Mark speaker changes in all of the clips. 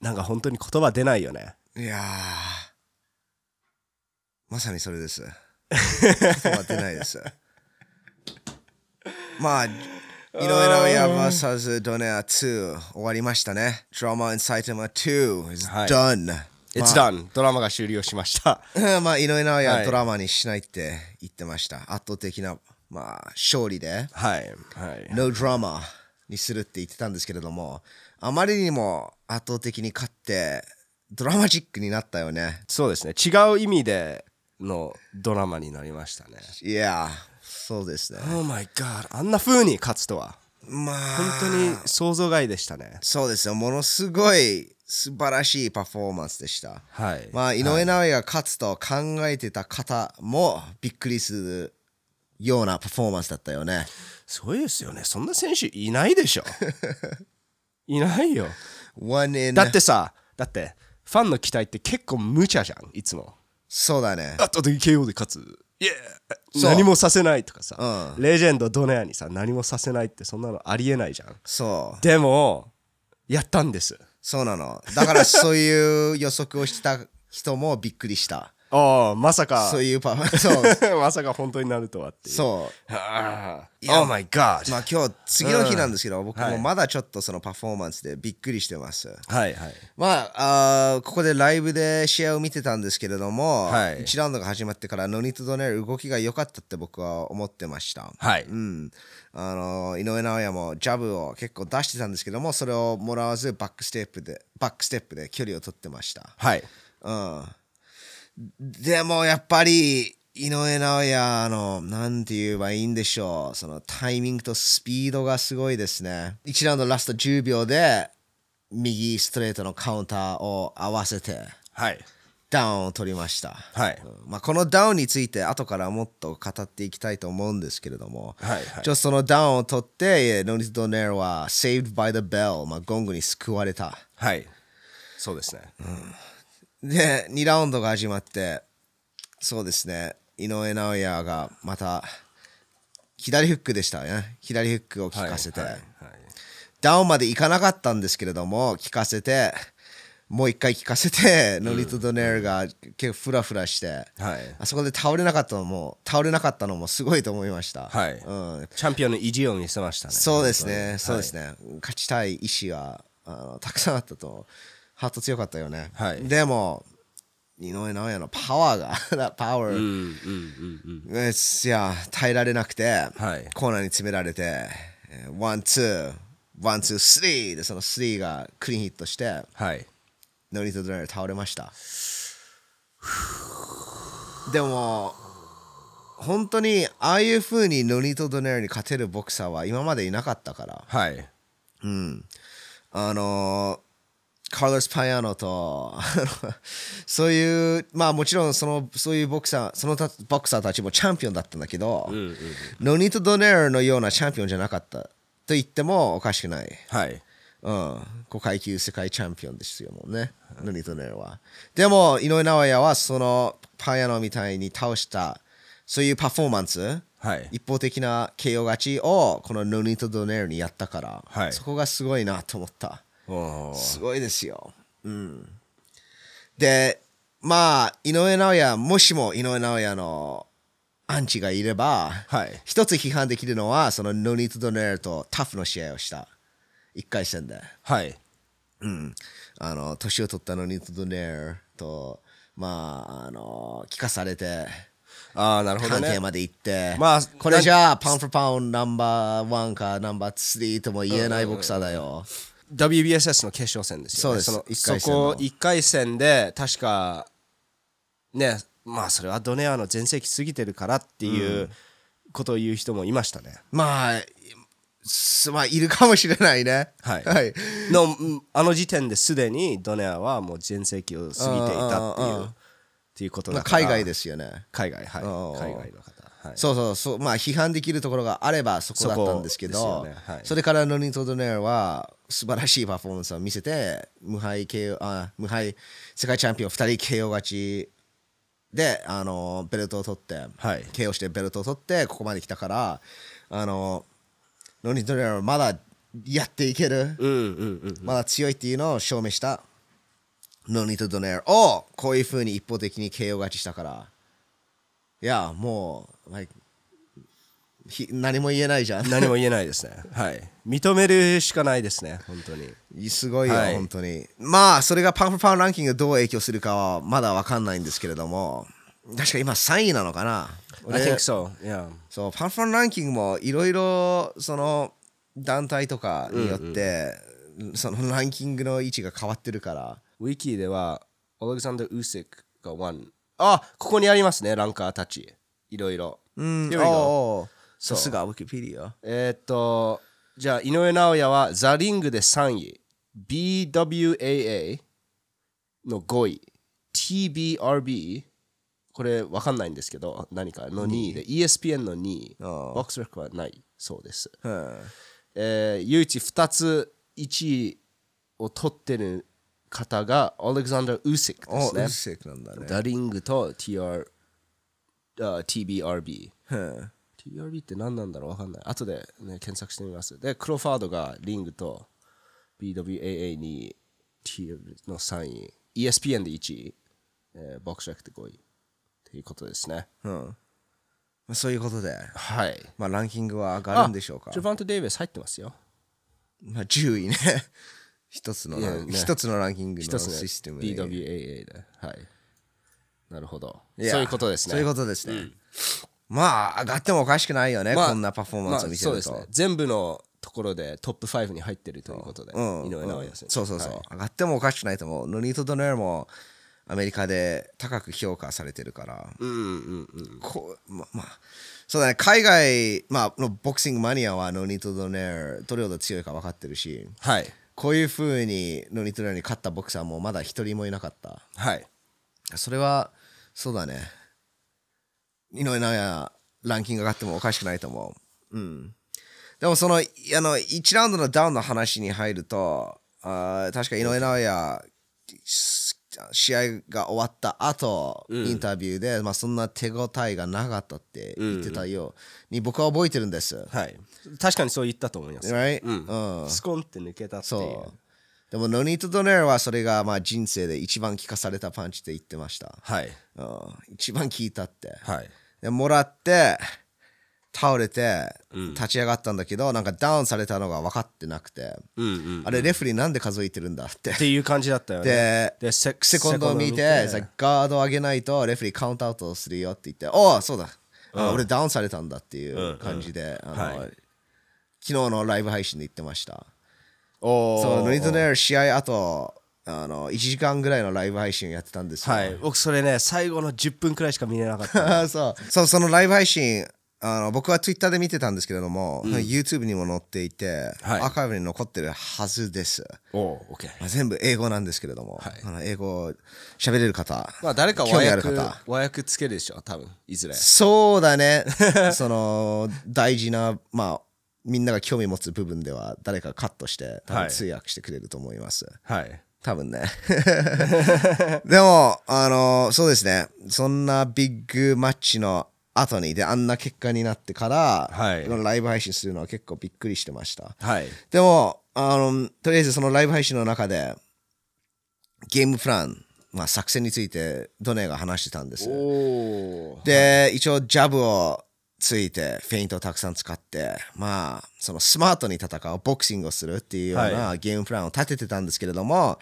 Speaker 1: なんか本当に言葉出ないよね。
Speaker 2: いやーまさにそれ です言葉出ないですまあいろいろやばさずドネア2終わりましたね Drama in Saitama 2 is
Speaker 1: はい
Speaker 2: done、
Speaker 1: It's done! ドラマが終了しました。
Speaker 2: うんまあ、井上尚
Speaker 1: は
Speaker 2: 弥
Speaker 1: い
Speaker 2: ドラマにしないって言ってました。圧倒的な、まあ、勝利で、
Speaker 1: はい。はい。
Speaker 2: No Drama にするって言ってたんですけれども、あまりにも圧倒的に勝って、ドラマチックになったよね。
Speaker 1: そうですね。違う意味でのドラマになりましたね。
Speaker 2: いや、そうですね。
Speaker 1: Oh my god! あんな風に勝つとは。
Speaker 2: まあ、
Speaker 1: 本当に想像外でしたね。
Speaker 2: そうですよ。ものすごい素晴らしいパフォーマンスでした。
Speaker 1: はい。
Speaker 2: まあ、井上尚弥が勝つと考えてた方もびっくりするようなパフォーマンスだったよね。
Speaker 1: そうですよね。そんな選手いない でしょ。いないよ。
Speaker 2: One in
Speaker 1: だってさ、だって、ファンの期待って結構無茶じゃん、いつも。
Speaker 2: そうだね。
Speaker 1: あとで KO で勝つ。イエー
Speaker 2: そう
Speaker 1: 何もさせないとかさ、レジェンドドネアにさ、何もさせないってそんなのありえないじゃん。
Speaker 2: そう。
Speaker 1: でも、やったんです。
Speaker 2: そうなの。だからそういう予測をした人もびっくりした。
Speaker 1: ああ、まさか
Speaker 2: そう、いうパフォーマンス。そ う。
Speaker 1: まさか本当になるとはっていう。
Speaker 2: そ
Speaker 1: あ
Speaker 2: い
Speaker 1: あ
Speaker 2: や
Speaker 1: Oh my god!
Speaker 2: う。まあ今日、次の日なんですけど、僕
Speaker 1: は
Speaker 2: も
Speaker 1: い
Speaker 2: まだちょっとそのパフォーマンスでびっくりしてます。
Speaker 1: はいはい。
Speaker 2: まあ、あーここでライブで試合を見てたんですけれども、
Speaker 1: はい
Speaker 2: 1ラウンドが始まってからノニとドネル動きが良かったって僕は思ってました。
Speaker 1: はい。
Speaker 2: うん、あの井上尚弥もジャブを結構出してたんですけどもそれをもらわずバックステップでバックステップで距離を取ってました、
Speaker 1: はい。
Speaker 2: うん、でもやっぱり井上尚弥のなんて言えばいいんでしょうそのタイミングとスピードがすごいですね1ラウンドラスト10秒で右ストレートのカウンターを合わせて
Speaker 1: はい。
Speaker 2: ダウンを取りました、
Speaker 1: はい。
Speaker 2: うんまあ、このダウンについて後からもっと語っていきたいと思うんですけれども、
Speaker 1: はいはい
Speaker 2: ちょっとそのダウンを取ってえーノニス・ドネルは Saved by the Bell、まあ、ゴングに救われた
Speaker 1: はい。そうですね。
Speaker 2: で2ラウンドが始まってそうですね井上尚弥がまた左フックでしたね左フックを効かせて、
Speaker 1: はいはい
Speaker 2: ダウンまで行かなかったんですけれども効かせてもう一回効かせてノリとドネルが結構フラフラして、
Speaker 1: はい
Speaker 2: あそこで倒れなかったのも倒れなかったのもすごいと思いました、
Speaker 1: はい
Speaker 2: うん、
Speaker 1: チャンピオンの意地を見せましたね。
Speaker 2: そうですねそうですね、勝ちたい意志があのたくさんあったとハート強かったよね、
Speaker 1: はい
Speaker 2: でも井上尚弥のパワーが パワー、
Speaker 1: うんうんうんうん。
Speaker 2: えいや耐えられなくて、
Speaker 1: はい
Speaker 2: コーナーに詰められてえーワンツーワンツースリーでそのスリーがクリーンヒットして
Speaker 1: はい。
Speaker 2: ノリとドライル倒れましたでも本当にああいう風にノリとドネルに勝てるボクサーは今までいなかったから
Speaker 1: はい。
Speaker 2: あのーカルロス・パイアノと あのそういうまあもちろんそのそういうボクサーそのたボクサーたちもチャンピオンだったんだけど、ノニト・ドネルのようなチャンピオンじゃなかったと言ってもおかしくない、
Speaker 1: はい。
Speaker 2: うん、5階級世界チャンピオンですよもうね、ノニト・ドネルはでも井上尚弥はそのパイアノみたいに倒したそういうパフォーマンス
Speaker 1: はい。
Speaker 2: 一方的な KO 勝ちをこのノニト・ドネルにやったから、
Speaker 1: はい
Speaker 2: そこがすごいなと思った
Speaker 1: おー
Speaker 2: すごいですよ。うん、で、まあ、井上尚弥、もしも井上尚弥のアンチがいれば、
Speaker 1: はい
Speaker 2: 一つ批判できるのは、そのノニト・ドネルとタフの試合をした。1回戦で。
Speaker 1: はい。
Speaker 2: うん。あの、年を取ったノニト・ドネルと、まあ、あの、聞かされて、
Speaker 1: ああ、なるほど
Speaker 2: 判定
Speaker 1: ね。
Speaker 2: まで行って、
Speaker 1: まあ
Speaker 2: これじゃあ、パンフォーパウンナンバーワンかナンバーツリーとも言えないボクサーだよ。
Speaker 1: WBSS の決勝戦ですよ、ね。
Speaker 2: そうで
Speaker 1: その
Speaker 2: す一回戦の
Speaker 1: そこ1回戦で、確か、ね、まあそれはドネアの全盛期過ぎてるからっていうことを言う人もいましたね。
Speaker 2: まあ、すまあ、いるかもしれないね。
Speaker 1: はい
Speaker 2: はい。
Speaker 1: のうんあの時点ですでにドネアはもう全盛期を過ぎていたってい
Speaker 2: うんうんうん
Speaker 1: うっていうこと
Speaker 2: まあ
Speaker 1: だから
Speaker 2: 海外ですよね。
Speaker 1: 海外はい
Speaker 2: んうん
Speaker 1: 海外の方はい
Speaker 2: そうそうそう、まあ、批判できるところがあればそこだったんですけ
Speaker 1: そこ
Speaker 2: ど、
Speaker 1: ですよねはい
Speaker 2: それからノニト・ドネルは、素晴らしいパフォーマンスを見せて無敗 KO あ無敗世界チャンピオン2人 KO 勝ちであのベルトを取って、
Speaker 1: はい
Speaker 2: KO してベルトを取ってここまで来たからあのノニトレラまだやっていける、
Speaker 1: うんうんうん
Speaker 2: まだ強いっていうのを証明したノニト・ドネルをこういうふうに一方的に KO 勝ちしたからいやもう、like ひ何も言えないじゃん
Speaker 1: 何も言えないですねはい認めるしかないですね本当に
Speaker 2: すごいよ、
Speaker 1: はい
Speaker 2: 本当に。まあ、それがパンプパンランキングどう影響するかはまだ分かんないんですけれども、確か今3位なのかな。
Speaker 1: I
Speaker 2: 俺
Speaker 1: think so yeah
Speaker 2: そう、パンプパンランキングもいろいろ、その、団体とかによって、そのランキングの位置が変わってるから。
Speaker 1: ウィキではオレクサンダー・ウーシックが1あここにありますねランカーたちいろいろ
Speaker 2: うん、
Speaker 1: Here we go
Speaker 2: おうおうさすが、ウィキペディア。
Speaker 1: えーっとじゃあ井上尚弥はザ・リングで3位 BWAA の5位 TBRB これわかんないんですけど何かの2位で ESPN の2位
Speaker 2: ああ
Speaker 1: ボックスレックはないそうです
Speaker 2: うん
Speaker 1: えー唯一2つ1位を取ってる方がオレクサンダー・ウーシック
Speaker 2: お、ウッ
Speaker 1: ですね。
Speaker 2: セクなんだね。
Speaker 1: ダリングと TR、あ TBRB。
Speaker 2: うん。
Speaker 1: TRB って何なんだろうわかんない。後で、ね、検索してみます。で、クロファードがリングと BWAA に T の3位、ESPN で1位、えーボクシャックで5位。っていうことですね。
Speaker 2: うんまあそういうことで、
Speaker 1: はい。
Speaker 2: まあ、ランキングは上がるんでしょうか
Speaker 1: ジョ。バント・デイビス入ってますよ。
Speaker 2: まあ、10位ね。 一つのラン、
Speaker 1: いやね
Speaker 2: 一つのランキングの
Speaker 1: 一つね
Speaker 2: システムで。
Speaker 1: BWAA で。はい。なるほど。
Speaker 2: や
Speaker 1: そういうことですね。
Speaker 2: そういうことですね。まあ、上がってもおかしくないよね、
Speaker 1: まあ
Speaker 2: こんなパフォーマンスを見て
Speaker 1: まあ
Speaker 2: る
Speaker 1: そうですね。。
Speaker 2: と
Speaker 1: 全部のところでトップ5に入ってるということで、
Speaker 2: うん
Speaker 1: 井上尚弥選手。
Speaker 2: そうそうそう、
Speaker 1: はい
Speaker 2: 上がってもおかしくないと思う。ノニート・ドネルもアメリカで高く評価されてるから、
Speaker 1: うんうんうん。
Speaker 2: こうままあ、そうだね、海外、まあ、のボクシングマニアはノニート・ドネル、どれほど強いか分かってるし、
Speaker 1: はい。
Speaker 2: こういうふうにノニート・ドネルに勝ったボクサーもまだ一人もいなかった。
Speaker 1: はい。
Speaker 2: それはそうだね井上尚弥ランキング上がってもおかしくないと思ううんでもそのいあの1ラウンドのダウンの話に入るとあー確か井上尚弥し試合が終わった後、インタビューで、まあ、そんな手応えがなかったって言ってたように僕は覚えてるんです。
Speaker 1: はい。確かにそう言ったと思います。
Speaker 2: Right？
Speaker 1: うん
Speaker 2: うん
Speaker 1: スコンって抜けたっていう。
Speaker 2: そうでもノニート・ドネルはそれがまあ人生で一番効かされたパンチって言ってました。
Speaker 1: はい。
Speaker 2: うん一番効いたって。
Speaker 1: はい。
Speaker 2: でもらって倒れて立ち上がったんだけど、なんかダウンされたのが分かってなくて、
Speaker 1: うんうん。
Speaker 2: あれレフェリーなんで数えてるんだって
Speaker 1: っていう感じだったよね
Speaker 2: で。
Speaker 1: で、セ
Speaker 2: セコンドを見
Speaker 1: セコ
Speaker 2: て
Speaker 1: ンドを見
Speaker 2: さガードを上げないとレフェリーカウントアウトするよって言っておおそうだ、あ俺ダウンされたんだっていう感じで、あの
Speaker 1: は
Speaker 2: 昨日のライブ配信で言ってました
Speaker 1: おー
Speaker 2: そうノリトネル試合あとあの1時間ぐらいのライブ配信をやってたんですよ、
Speaker 1: はい。僕、それね、最後の10分くらいしか見れなかっ た。
Speaker 2: あーそうそうそのライブ配信あの僕は Twitter で見てたんですけれども、YouTube にも載っていて、
Speaker 1: はい
Speaker 2: アーカイブに残ってるはずです、
Speaker 1: おお、オッケー。
Speaker 2: まあ、全部英語なんですけれども、
Speaker 1: はい
Speaker 2: あの英語喋れる方、
Speaker 1: まあ、誰か
Speaker 2: 興
Speaker 1: 和
Speaker 2: 味ある
Speaker 1: 訳
Speaker 2: 方
Speaker 1: 和訳つけるでしょ、多分いずれ。
Speaker 2: そうだね その大事なまあみんなが興味持つ部分では誰かカットして多
Speaker 1: は
Speaker 2: 分
Speaker 1: い
Speaker 2: 通訳してくれると思います、
Speaker 1: はい。
Speaker 2: 多 分ねでもあのそうですねそんなビッグマッチの後にであんな結果になってから、
Speaker 1: はい
Speaker 2: ライブ配信するのは結構びっくりしてました
Speaker 1: はい。
Speaker 2: でもあのとりあえずそのライブ配信の中でゲームプラン、まあ、作戦についてドネが話してたんです
Speaker 1: おお。
Speaker 2: で一応ジャブをついてフェイントをたくさん使ってまあそのスマートに戦うボクシングをするっていうよう
Speaker 1: は
Speaker 2: なゲームプランを立ててたんですけれども、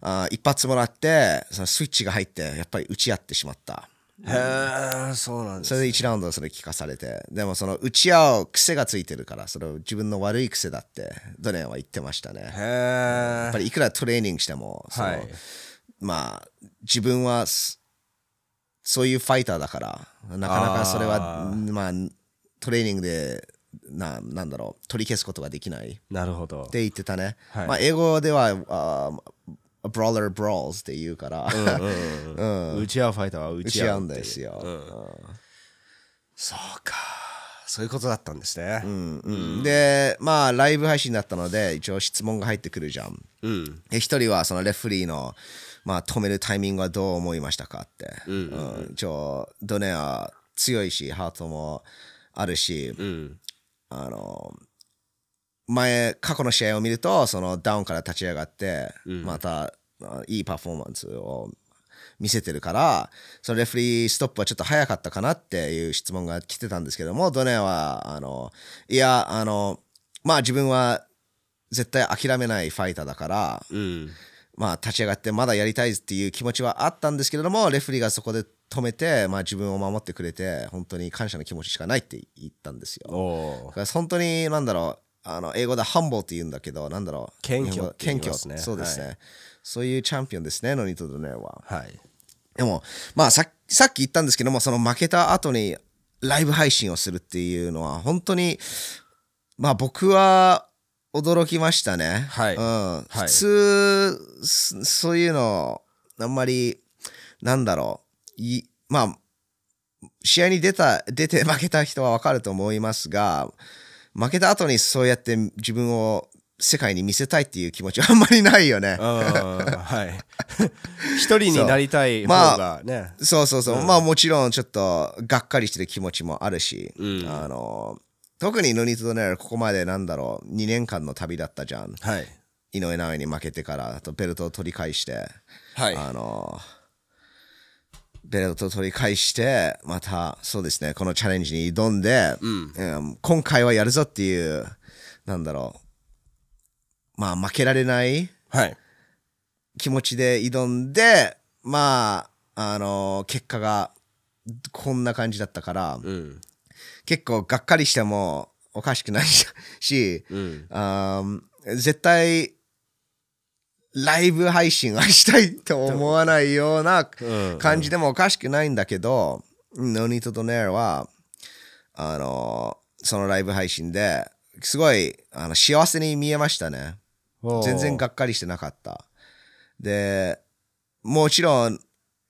Speaker 2: あー一発もらってそのスイッチが入ってやっぱり打ち合ってしまった
Speaker 1: へえ、そうなんです
Speaker 2: それで1ラウンドそれ聞かされてでもその打ち合う癖がついてるからそれを自分の悪い癖だってドネアは言ってましたね
Speaker 1: へ
Speaker 2: やっ
Speaker 1: え
Speaker 2: ぱ。りいくらトレーニングしてもその、
Speaker 1: はい
Speaker 2: まあ自分はすそういうファイターだからなかなかそれはまあトレーニングでななんだろう取り消すことができないっ
Speaker 1: なるほど。
Speaker 2: て言ってたね、
Speaker 1: はい
Speaker 2: まあ英語ではあー brawler brawls って言うから、
Speaker 1: 打ち合うファイターは打
Speaker 2: 打ち合うんですよ、
Speaker 1: そうか。そういうことだったんですね。うん。
Speaker 2: でまあライブ配信だったので一応質問が入ってくるじゃん
Speaker 1: うん。
Speaker 2: で一人はそのレフリーの、まあ、止めるタイミングはどう思いましたかって、うん一応ドネア強いしハートもあるし、
Speaker 1: うん。
Speaker 2: あの前過去の試合を見るとそのダウンから立ち上がって、またあいいパフォーマンスを見せてるからそのレフリーストップはちょっと早かったかなっていう質問が来てたんですけどもドネアはあのいやあのまあ自分は絶対諦めないファイターだから、
Speaker 1: うん。
Speaker 2: まあ立ち上がってまだやりたいっていう気持ちはあったんですけれどもレフェリーがそこで止めて、まあ、自分を守ってくれて本当に感謝の気持ちしかないって言ったんですよ。
Speaker 1: お
Speaker 2: だから本当になんだろうあの英語で「ハンボー」って言うんだけどなんだろう
Speaker 1: 謙虚
Speaker 2: 日本語
Speaker 1: って言い
Speaker 2: 謙
Speaker 1: ます
Speaker 2: 虚
Speaker 1: ね
Speaker 2: そうですね、
Speaker 1: は
Speaker 2: そういうチャンピオンですねノニト・ドネアは。
Speaker 1: はい。
Speaker 2: でもまあささっき言ったんですけどもその負けた後にライブ配信をするっていうのは本当にまあ僕は驚きましたね。
Speaker 1: はい
Speaker 2: うん
Speaker 1: はい
Speaker 2: 普通そそういうのあんまりなんだろういまあ試合に出た出て負けた人は分かると思いますが負けた後にそうやって自分を世界に見せたいっていう気持ちはあんまりないよね。
Speaker 1: うん。はい。 一人になりたい方がね。
Speaker 2: そうそうそう、まあもちろんちょっとがっかりしてる気持ちもあるし、
Speaker 1: うん
Speaker 2: あの特にノニトドネラここまでなんだろう2年間の旅だったじゃん
Speaker 1: はい。
Speaker 2: 井上尚弥に負けてからあとベルトを取り返して、
Speaker 1: はい。
Speaker 2: あのベルトを取り返してまたそうですねこのチャレンジに挑んで、うん今回はやるぞっていうなんだろうまあ負けられない
Speaker 1: はい。
Speaker 2: 気持ちで挑んでまああの結果がこんな感じだったから、
Speaker 1: うん。
Speaker 2: 結構がっかりしてもおかしくないしし、
Speaker 1: うん。
Speaker 2: あー絶対ライブ配信はしたいと思わないような
Speaker 1: うん
Speaker 2: 感じでもおかしくないんだけど、ノニト・ドネアはあのそのライブ配信ですごいあの幸せに見えましたね。全然がっかりしてなかった。で、もちろん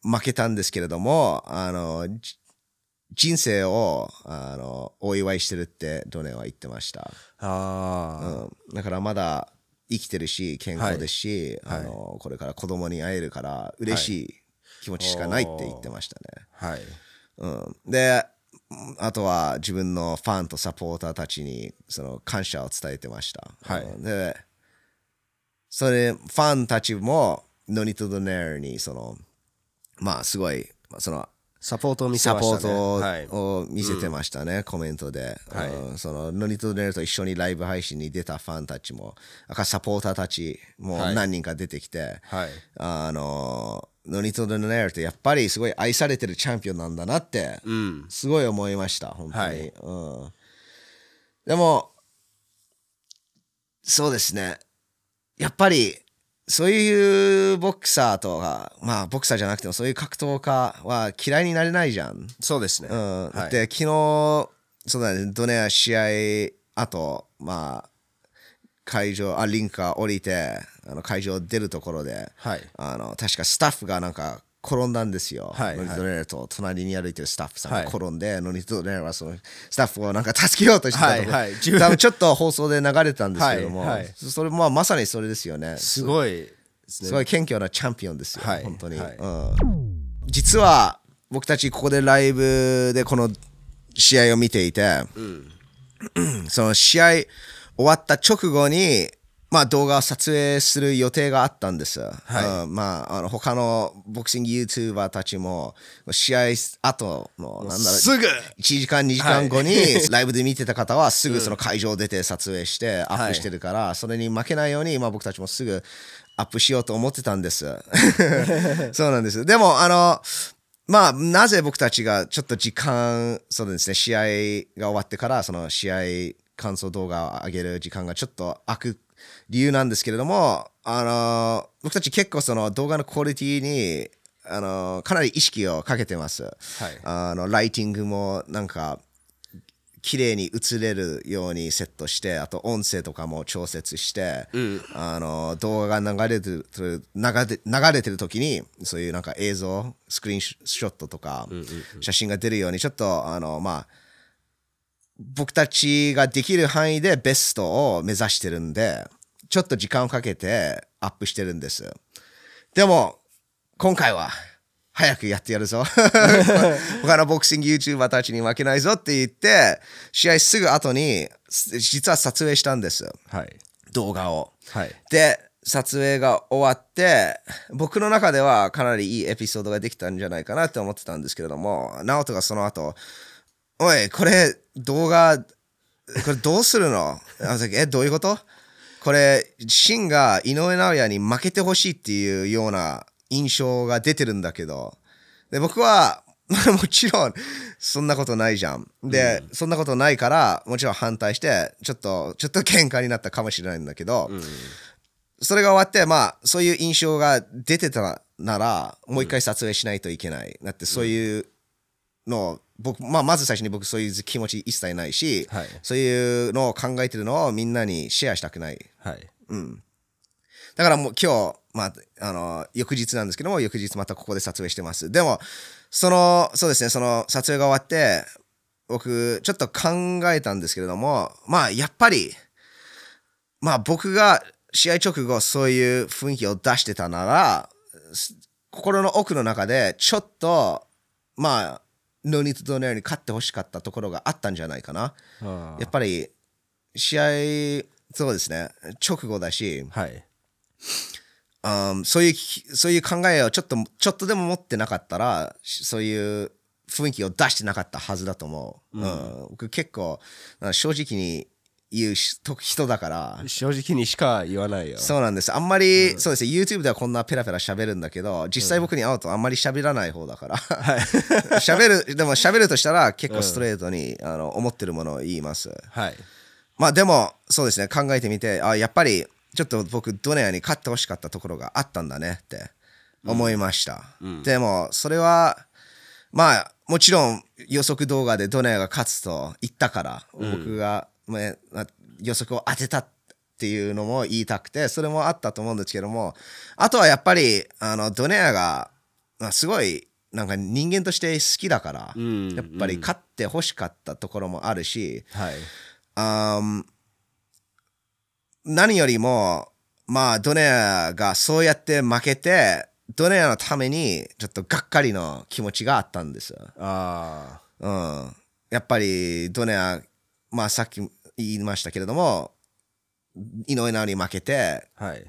Speaker 2: 負けたんですけれども、あの、じ人生をあのお祝いしてるってドネは言ってました。う
Speaker 1: あ
Speaker 2: ん、だからまだ生きてるし、健康ですし、あのこれから子供に会えるから嬉しい気持ちしかないって言ってましたね。
Speaker 1: あ。はい。
Speaker 2: うん、で、あとは自分のファンとサポーターたちにその感謝を伝えてました。
Speaker 1: はい
Speaker 2: うんで、それ、ファンたちもノニト・ドネルにその、まあすごい、まあその、
Speaker 1: サポートを見せ
Speaker 2: サ
Speaker 1: ま
Speaker 2: ポ
Speaker 1: した
Speaker 2: ー
Speaker 1: ね。
Speaker 2: トを,、
Speaker 1: はい。
Speaker 2: 見せてましたね、コメントで、
Speaker 1: はい
Speaker 2: うんそのノリとネルと一緒にライブ配信に出たファンたちもあかサポーターたちも
Speaker 1: はい
Speaker 2: 何人か出てきて、
Speaker 1: はい。
Speaker 2: あのノリとネルってやっぱりすごい愛されてるチャンピオンなんだなって
Speaker 1: うん。
Speaker 2: すごい思いました本当に、
Speaker 1: はい
Speaker 2: うん、でもそうですねやっぱりそういうボクサーとかまあボクサーじゃなくてもそういう格闘家は嫌いになれないじゃん、
Speaker 1: そうですね。
Speaker 2: うん
Speaker 1: はい
Speaker 2: で昨日そうだねドネア試合あとまあ会場あリンカ降りてあの会場出るところで、
Speaker 1: はい。
Speaker 2: あの確かスタッフがなんか転んだんですよ、
Speaker 1: はい
Speaker 2: ノリトレーラと隣に歩いてるスタッフさん
Speaker 1: は
Speaker 2: が
Speaker 1: い
Speaker 2: 転んで、ノリトレーラはそのスタッフをなんか助けようとしてたとこ、
Speaker 1: はいはい自分
Speaker 2: 多分ちょっと放送で流れたんですけども、
Speaker 1: はいはい
Speaker 2: それまあまさにそれですよね
Speaker 1: すごいですね。
Speaker 2: すごい謙虚なチャンピオンですよ、
Speaker 1: はい
Speaker 2: 本当に、
Speaker 1: はい
Speaker 2: うん実は僕たちここでライブでこの試合を見ていて、 その試合終わった直後に、まあ、動画を撮影する予定があったんです、うんまあ、あの他のボクシング YouTuber たちも試合後のなんだろう
Speaker 1: すぐ
Speaker 2: 1時間2時間後にライブで見てた方はすぐその会場出て撮影してアップしてるから、それに負けないように、まあ、僕たちもすぐアップしようと思ってたんですそうなんですでもあのまあなぜ僕たちがちょっと時間そうですね試合が終わってからその試合感想動画を上げる時間がちょっと空く理由なんですけれどもあの僕たち結構その動画のクオリティにあのかなり意識をかけてます、あのライティングもなんか綺麗に映れるようにセットしてあと音声とかも調節して、あの動画が流れてる流れ流れてる時にそういうなんか映像スクリーンショットとか写真が出るようにちょっとあのまあ僕たちができる範囲でベストを目指してるんで、ちょっと時間をかけてアップしてるんです。でも、今回は、早くやってやるぞ。他のボクシング YouTuber たちに負けないぞって言って、試合すぐ後に、す実は撮影したんです。
Speaker 1: はい
Speaker 2: 動画を。
Speaker 1: はい
Speaker 2: で撮影が終わって僕の中ではかなりいいエピソードができたんじゃないかなって思ってたんですけれども直人がその後おいこれ動画これどうするの?」あの時えどういうことこれシンが井上尚弥に負けてほしいっていうような印象が出てるんだけどで僕は もちろんそんなことないじゃんで、そんなことないからもちろん反対してちょっとちょっと喧嘩になったかもしれないんだけど、それが終わってまあそういう印象が出てたならもう一回撮影しないといけない、だってそういうのを僕、まあ、まず最初に僕そういう気持ち一切ないし、
Speaker 1: はい
Speaker 2: そういうのを考えてるのをみんなにシェアしたくない
Speaker 1: はい
Speaker 2: だからもう今日、まあ、あの翌日なんですけども翌日またここで撮影してますでもそのそうですねその撮影が終わって僕ちょっと考えたんですけれどもまあやっぱりまあ僕が試合直後そういう雰囲気を出してたならす心の奥の中でちょっとまあノーニットドネアに勝ってほしかったところがあったんじゃないかな
Speaker 1: あ
Speaker 2: やっぱり試合そうですね直後だし
Speaker 1: ーはい
Speaker 2: あーそういうきそういう考えをちょっとちょっとでも持ってなかったらしそういう雰囲気を出してなかったはずだと思う、うん僕結構なんか正直に言うしと人だから
Speaker 1: 正直にしか言わないよ
Speaker 2: そうなんですあんまり、そうですね YouTube ではこんなペラペラ喋るんだけど実際僕に会うとあんまり喋らない方だから、 喋るでも喋るとしたら結構ストレートに、あの思ってるものを言います
Speaker 1: はい
Speaker 2: まあでもそうですね考えてみてあやっぱりちょっと僕ドネアに勝ってほしかったところがあったんだねって思いました、でもそれはまあもちろん予測動画でドネアが勝つと言ったから、僕が、ねまあ予測を当てたっていうのも言いたくてそれもあったと思うんですけどもあとはやっぱりあのドネアが、まあ、すごいなんか人間として好きだから、
Speaker 1: ん
Speaker 2: やっぱり勝ってほしかったところもあるし、
Speaker 1: はい
Speaker 2: あー何よりも、まあ、ドネアがそうやって負けて、ドネアのために、ちょっとがっかりの気持ちがあったんです。
Speaker 1: あ
Speaker 2: うん。やっぱり、ドネア、まあ、さっき言いましたけれども、井上尚弥に負けて、
Speaker 1: あはい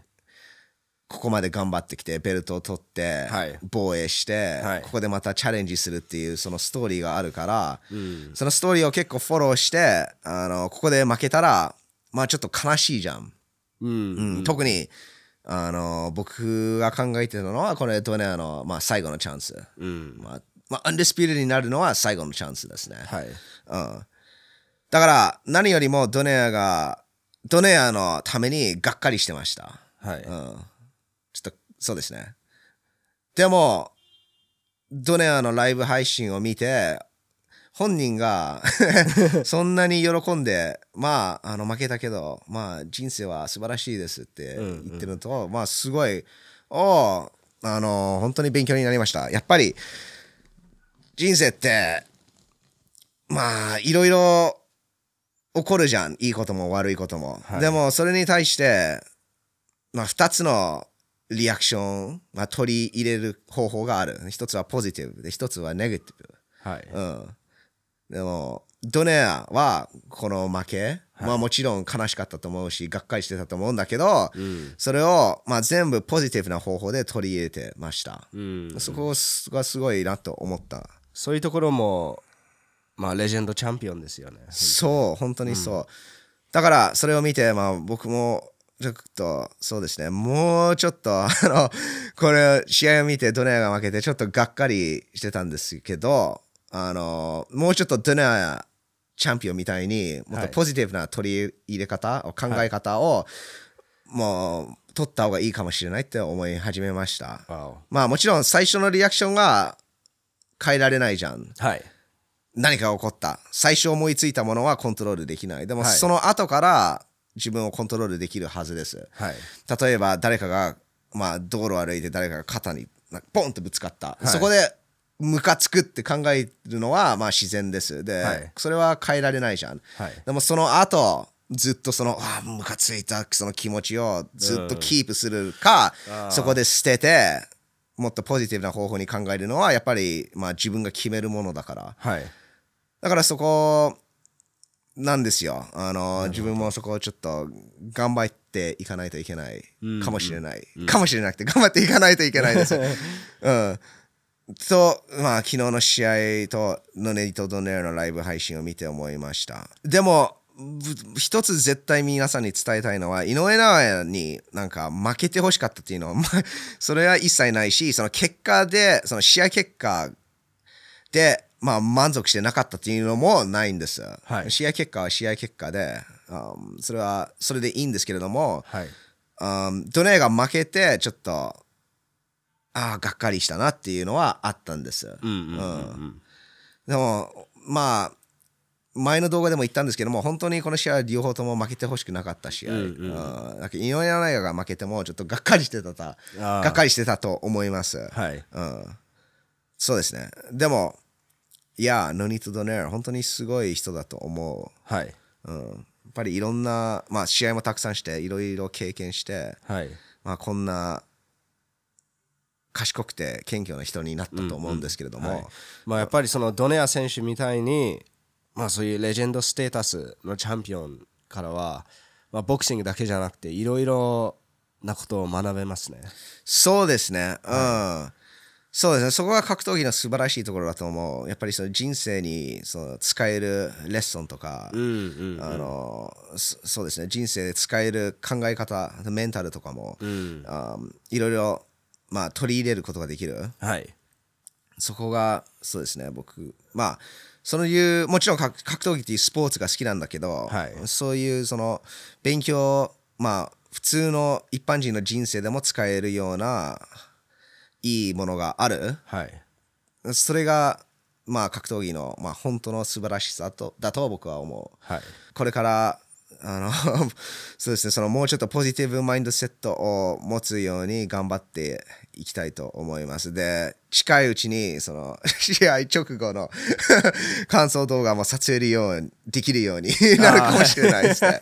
Speaker 2: ここまで頑張ってきてベルトを取って、
Speaker 1: はい
Speaker 2: 防衛して、
Speaker 1: はい
Speaker 2: ここでまたチャレンジするっていうそのストーリーがあるから、
Speaker 1: ん
Speaker 2: そのストーリーを結構フォローしてあのここで負けたらまあちょっと悲しいじゃん、
Speaker 1: うん
Speaker 2: うん特にあの僕が考えてたのはこれドネアの、まあ、最後のチャンス、
Speaker 1: うん
Speaker 2: まあまあ、アンディスピールになるのは最後のチャンスですね、
Speaker 1: はい
Speaker 2: うん、だから何よりもドネアがドネアのためにがっかりしてました
Speaker 1: はい
Speaker 2: うんちょっと、そうですね。でも、ドネアのライブ配信を見て、本人 がそんなに喜んで、まあ、あの負けたけど、まあ、人生は素晴らしいですって言ってるのと、まあ、すごい、おーあの本当に勉強になりました。やっぱり、人生って、まあ、いろいろ起こるじゃん。いいことも悪いことも。
Speaker 1: はい
Speaker 2: でも、それに対して、まあ、2つのリアクション、まあ、取り入れる方法がある。一つはポジティブで、一つはネガティ
Speaker 1: はい
Speaker 2: ブ。うん。でも、ドネアはこの負け、まあもちろん悲しかったと思うし、がっかりしてたと思うんだけど、それを、まあ、全部ポジティブな方法で取り入れてました。
Speaker 1: うん
Speaker 2: そこがすごいなと思った。
Speaker 1: そういうところもまあレジェンドチャンピオンですよね
Speaker 2: そう、本当にそう。だから、それを見て、まあ、僕も、ちょっと、そうですね、もうちょっと、あ の、これ、試合を見て、ドネアが負けて、ちょっとがっかりしてたんですけど、あの、もうちょっとドネアチャンピオンみたいに、もっ
Speaker 1: は
Speaker 2: と
Speaker 1: い
Speaker 2: ポジティブな取り入れ方、考え方を、もう、取った方がいいかもしれないって思い始めました。
Speaker 1: わ
Speaker 2: まあ、もちろん、最初のリアクションが変えられないじゃん。
Speaker 1: おはい
Speaker 2: 何かが起こった最初思いついたものはコントロールできないでも、
Speaker 1: はい
Speaker 2: その後から自分をコントロールできるはずです
Speaker 1: はい
Speaker 2: 例えば誰かが、まあ、道路を歩いて誰かが肩になポンとぶつかった、そこでムカつくって考えるのはまあ自然ですで、
Speaker 1: はい
Speaker 2: それは変えられないじゃん、
Speaker 1: はい
Speaker 2: でもその後ずっとそのあームカついたその気持ちをずっとキープするか、そこで捨ててもっとポジティブな方法に考えるのはやっぱり、まあ、自分が決めるものだから
Speaker 1: はい
Speaker 2: だからそこなんですよあの自分もそこをちょっと頑張っていかないといけないかもしれない、かもしれなくて 頑張っていかないといけないですうんとまあ昨日の試合とのネイト・ドネアのライブ配信を見て思いましたでもぶ一つ絶対皆さんに伝えたいのは井上尚弥になんか負けてほしかったっていうのはまあ それは一切ないしその結果でその試合結果で、まあ、満足してなかったっていうのもないんです、
Speaker 1: はい
Speaker 2: 試合結果は試合結果で、あーそれはそれでいいんですけれども、
Speaker 1: はい
Speaker 2: あードネアが負けてちょっとああがっかりしたなっていうのはあったんです、
Speaker 1: うんうんうん
Speaker 2: でもまあ前の動画でも言ったんですけども本当にこの試合は両方とも負けてほしくなかった試合、うんだけど井上尚弥が負けてもちょっとがっかりしてたた
Speaker 1: あー
Speaker 2: がっかりしてたと思います、
Speaker 1: はい
Speaker 2: うん、そうですねでもいやノニト・ドネア本当にすごい人だと思
Speaker 1: はい
Speaker 2: う、うん、やっぱりいろんな、まあ、試合もたくさんしていろいろ経験して、
Speaker 1: はい
Speaker 2: まあ、こんな賢くて謙虚な人になったと思うんですけれども、
Speaker 1: はいまあやっぱりそのドネア選手みたいにまあそういうレジェンドステータスのチャンピオンからはまあボクシングだけじゃなくていろいろなことを学べますね
Speaker 2: そうですね。うん。そうですね。そこが格闘技の素晴らしいところだと思う。やっぱりその人生にその使えるレッスンとか、あのそそうですね。人生で使える考え方、メンタルとかも、あいろいろ、まあ、取り入れることができる。
Speaker 1: はい
Speaker 2: そこがそうですね僕まあそのいうもちろん格格闘技っていうスポーツが好きなんだけど、
Speaker 1: はい
Speaker 2: そういうその勉強まあ普通の一般人の人生でも使えるようないいものがある
Speaker 1: はい
Speaker 2: それがまあ格闘技の、まあ、本当の素晴らしさとだと僕は思う
Speaker 1: はい
Speaker 2: これからあの そうですねそのもうちょっとポジティブマインドセットを持つように頑張っていきたいと思いますで近いうちにその 試合直後の 感想動画も撮影るようにできるように なるかもしれないですね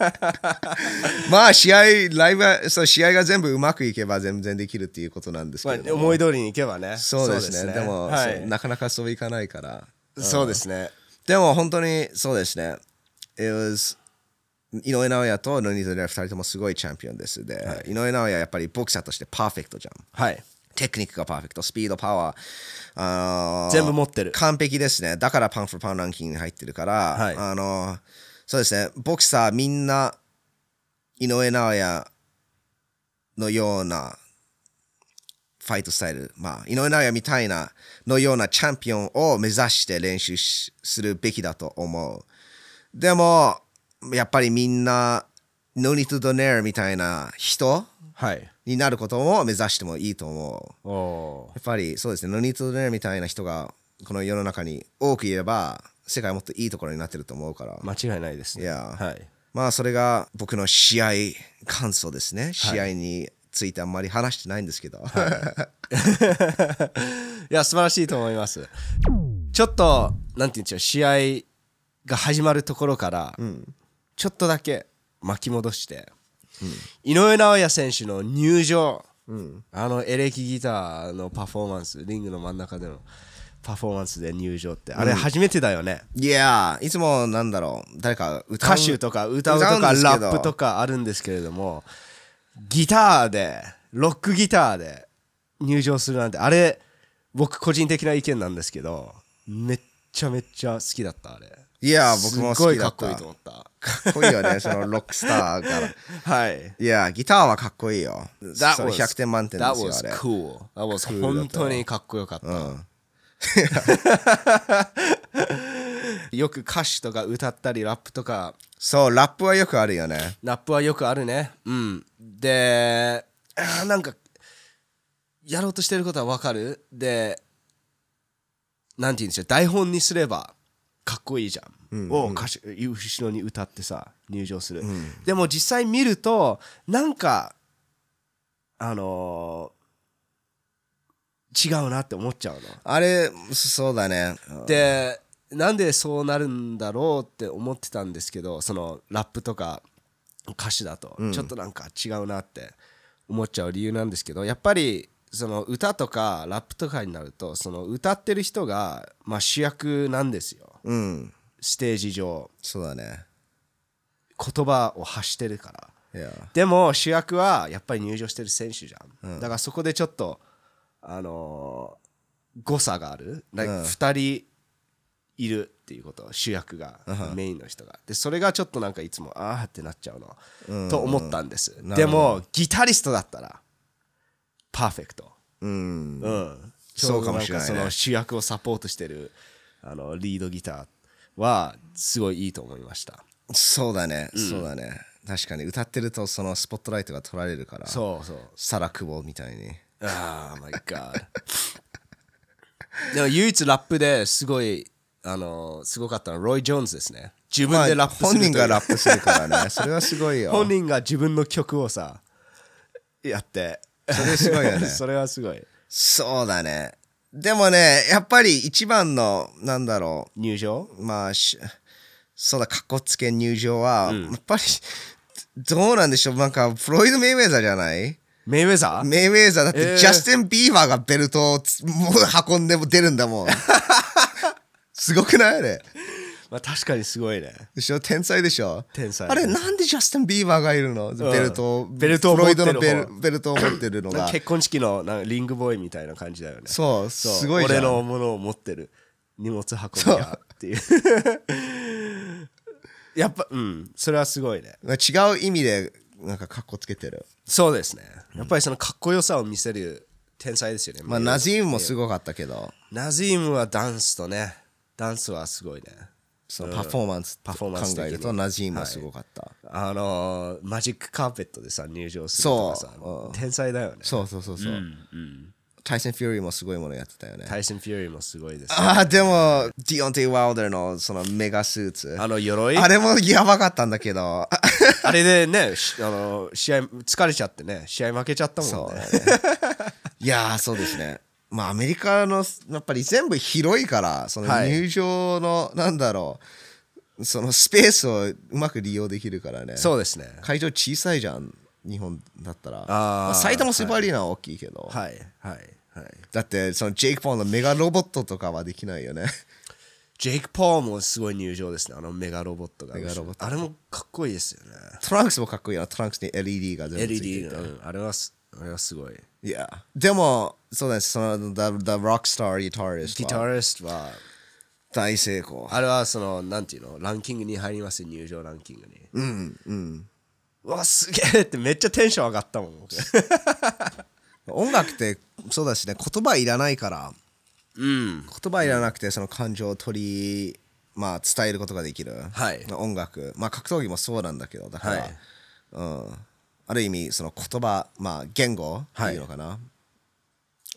Speaker 2: まあ試合ライブはそう試合が全部うまくいけば全然できるっていうことなんです
Speaker 1: ま
Speaker 2: け
Speaker 1: あ
Speaker 2: れども、
Speaker 1: 思い通りにいけばね
Speaker 2: そうですねでも、
Speaker 1: は
Speaker 2: そ
Speaker 1: いう
Speaker 2: なかなかそういかないから
Speaker 1: そうですね
Speaker 2: でも本当にそうですね。It was 井上尚弥とノニトレア2人ともすごいチャンピオンです。で、井上尚弥はやっぱりボクサーとしてパーフェクトじゃん。
Speaker 1: はい
Speaker 2: テクニックがパーフェクト、スピード、パワー、あのー
Speaker 1: 全部持ってる
Speaker 2: 完璧ですね。だからパンフォーパンランキングに入ってるから、
Speaker 1: はい
Speaker 2: あのーそうですね、ボクサーみんな井上尚弥のようなファイトスタイル、まあ、井上尚弥みたいなのようなチャンピオンを目指して練習しするべきだと思う。でも、やっぱりみんな、ノニト・ドネアみたいな人
Speaker 1: はい
Speaker 2: になることを目指してもいいと思う。
Speaker 1: おお
Speaker 2: やっぱりそうですね、ノニートドネアみたいな人がこの世の中に多くいれば、世界はもっといいところになってると思うから、
Speaker 1: 間違いないですね
Speaker 2: いや
Speaker 1: はい
Speaker 2: まあそれが僕の試合感想ですね、試合についてあんまり話してないんですけど、
Speaker 1: いや素晴らしいと思いますちょっとなんて言うんでしょう試合が始まるところから、ちょっとだけ巻き戻して、井上尚弥選手の入場、あのエレキギターのパフォーマンスリングの真ん中でのパフォーマンスで入場ってあれ初めてだよね、
Speaker 2: いやー、いつもなんだろう、誰か歌う
Speaker 1: 歌手とか歌うと
Speaker 2: 歌
Speaker 1: か
Speaker 2: うんですけ
Speaker 1: ラ
Speaker 2: ど
Speaker 1: ップとかあるんですけれどもギターでロックギターで入場するなんてあれ僕個人的な意見なんですけどめっちゃめっちゃ好きだったあれ
Speaker 2: いやー、僕も
Speaker 1: すっご
Speaker 2: 好
Speaker 1: い
Speaker 2: きだ
Speaker 1: かっ
Speaker 2: った。
Speaker 1: こいいと思った
Speaker 2: かっこいいよね、そのロックスターから。
Speaker 1: はい
Speaker 2: いやー、ギターはかっこいいよ。それ100点満点ですよ、あ
Speaker 1: That
Speaker 2: れ
Speaker 1: was。cool That was 本当にかっこよかった、 よく歌手とか歌ったりラップとか
Speaker 2: そう、ラップはよくあるよね。
Speaker 1: ラップはよくあるね。うん。で、あーなんか、やろうとしてることはわかる。で、なんて言うんでしょう、台本にすればかっこいいじゃん。を歌手後ろに歌ってさ、入場する。でも実際見ると、なんか、あのー違うなって思っちゃうの。
Speaker 2: あれそうだねうん
Speaker 1: でなんでそうなるんだろうって思ってたんですけどそのラップとか歌詞だと、ちょっとなんか違うなって思っちゃう理由なんですけどやっぱりその歌とかラップとかになるとその歌ってる人が、まあ、主役なんですよ
Speaker 2: うん
Speaker 1: ステージ上
Speaker 2: そうだね
Speaker 1: 言葉を発してるから
Speaker 2: いや
Speaker 1: でも主役はやっぱり入場してる選手じゃん、だからそこでちょっとあのー誤差がある、like 2人いるっていうこと主役が、メインの人がでそれがちょっとなんかいつもああってなっちゃうの、と思ったんですでもギタリストだったらパーフェクト
Speaker 2: うん
Speaker 1: うん、
Speaker 2: そうかもしれないね
Speaker 1: ちょうどんかその主役をサポートしてるあのリードギターはすごいいいと思いました
Speaker 2: そうだね、そうだね確かに歌ってるとそのスポットライトが取られるから
Speaker 1: そうそう
Speaker 2: サラクボみたいに
Speaker 1: ああ、マイガー。でも唯一ラップですごい、あのすごかったのはロイ・ジョーンズですね。自分でラップす
Speaker 2: 本
Speaker 1: るという
Speaker 2: 人がラップするから ねそれはすごいよ
Speaker 1: 本人が自分の曲をさ、やって。
Speaker 2: それすごいよ ね
Speaker 1: それはすごい。
Speaker 2: そうだねでもねやっぱり一番のなんだろ
Speaker 1: 入場
Speaker 2: うまあしそうだかっこつけ入場は、やっぱりどうなんでしょうなんかフロイド・メイウェザーじゃない
Speaker 1: メイウェザー
Speaker 2: メイウェザーだっ
Speaker 1: え
Speaker 2: て
Speaker 1: ー
Speaker 2: ジャスティン・ビーバーがベルトをつもう運んでも出るんだもん すごくないあれ
Speaker 1: まあ確かにすごいね。
Speaker 2: でしょ天才でしょ
Speaker 1: 天才
Speaker 2: あれなんでジャスティン・ビーバーがいるのベルトを
Speaker 1: ベルトを持ってる方
Speaker 2: フロイドのベルベルトを持ってるの
Speaker 1: なん
Speaker 2: が
Speaker 1: か結婚式のなんかリングボーイみたいな感じだよね。
Speaker 2: そう
Speaker 1: そう
Speaker 2: すごいじゃ
Speaker 1: 俺
Speaker 2: ん
Speaker 1: のものを持ってる荷物運びやっていう。やっぱ、うん、それはすごいね。
Speaker 2: 違う意味でなんかかっこつけてる
Speaker 1: そうですね。やっぱりそのかっこよさを見せる天才ですよね。
Speaker 2: まあナズィームもすごかったけど
Speaker 1: ナズイムはダンスとね、ダンスはすごいね。
Speaker 2: そのパフォーマンス
Speaker 1: パフォーマンス的
Speaker 2: 考
Speaker 1: に
Speaker 2: えるとナズィームはすごかった、
Speaker 1: あのーマジックカーペットでさ、入場するとかさ
Speaker 2: そうう、
Speaker 1: 天才だよね。
Speaker 2: そうそうそうそう、タイソン・フューリーもすごいものやってたよね
Speaker 1: タイソン・フューリーもすごいです。あ
Speaker 2: ああでもディオンティ・ワウダーのそのメガスーツ
Speaker 1: の鎧
Speaker 2: あ
Speaker 1: あれ
Speaker 2: れもやばかったんだけど
Speaker 1: でね、しあのー試合疲れちゃってね、試合負けちゃったもんね。
Speaker 2: いやーそうですねまあアメリカのやっぱり全部広いからその
Speaker 1: はい
Speaker 2: 入場の、なんだろうそのスペースをうまく利用できるからね
Speaker 1: そうですね。
Speaker 2: 会場小さいじゃん日本だったらまあ、
Speaker 1: ー
Speaker 2: 埼玉スーパーアリーナは大きいけど、
Speaker 1: はい、はい、はい。
Speaker 2: だってそのジェイク・ポールのメガロボットとかはできない よね
Speaker 1: ジェイク・ポールもすごい入場ですね、あのメガロボットが。
Speaker 2: メガロボッ
Speaker 1: あれもかっこいいですよね。
Speaker 2: トランクスもかっこいいなトランクスに LED が全部ついてる
Speaker 1: LED の、うんあれはすあれはすごい。
Speaker 2: いやでもそうですその The, The Rockstar Guitarist
Speaker 1: ギ
Speaker 2: は
Speaker 1: タリストは、
Speaker 2: 大成功
Speaker 1: あれはその、なんていうの、ランキングに入りますよ、入場ランキングに。うん、うん。わ、すげえってめっちゃテンション上がったもん、僕
Speaker 2: 音楽ってそうだしね言葉いらないから
Speaker 1: うん。
Speaker 2: 言葉いらなくてその感情を取りまあ伝えることができる、
Speaker 1: はい
Speaker 2: 音楽まあ格闘技もそうなんだけどだから、
Speaker 1: はい
Speaker 2: うん、ある意味その言葉まあ言語っていうのかな、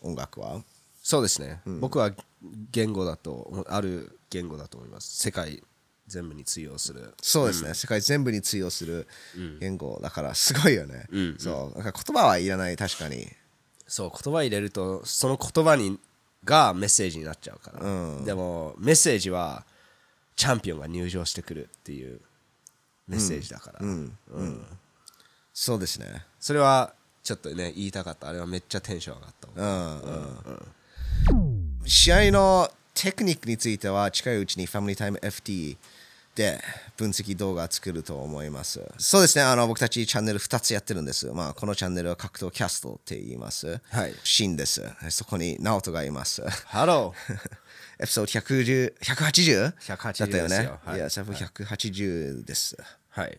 Speaker 2: 音楽は
Speaker 1: そうですね。僕は言語だと、ある言語だと思います。世界全部に通用する。
Speaker 2: そうですね、世界全部に通用する言語だからすごいよね、そうだから言葉はいらない確かに
Speaker 1: そう、言葉入れると、その言葉にがメッセージになっちゃうから。でも、メッセージは、チャンピオンが入場してくるっていうメッセージだから。
Speaker 2: そうですね
Speaker 1: それはちょっとね言いたかったあれはめっちゃテンション上がった
Speaker 2: うんうんうん試合のテクニックについては近いうちにファミリータイム FT で分析動画作ると思いますそうですねあの僕たちチャンネル2つやってるんです、まあ、このチャンネルは格闘キャストって言います、
Speaker 1: はい
Speaker 2: シンですそこにナオトがいます
Speaker 1: ハロ
Speaker 2: エピソード 110, 180?
Speaker 1: 180
Speaker 2: だったよ
Speaker 1: です
Speaker 2: ね、
Speaker 1: よはいい
Speaker 2: や180です、
Speaker 1: ーはい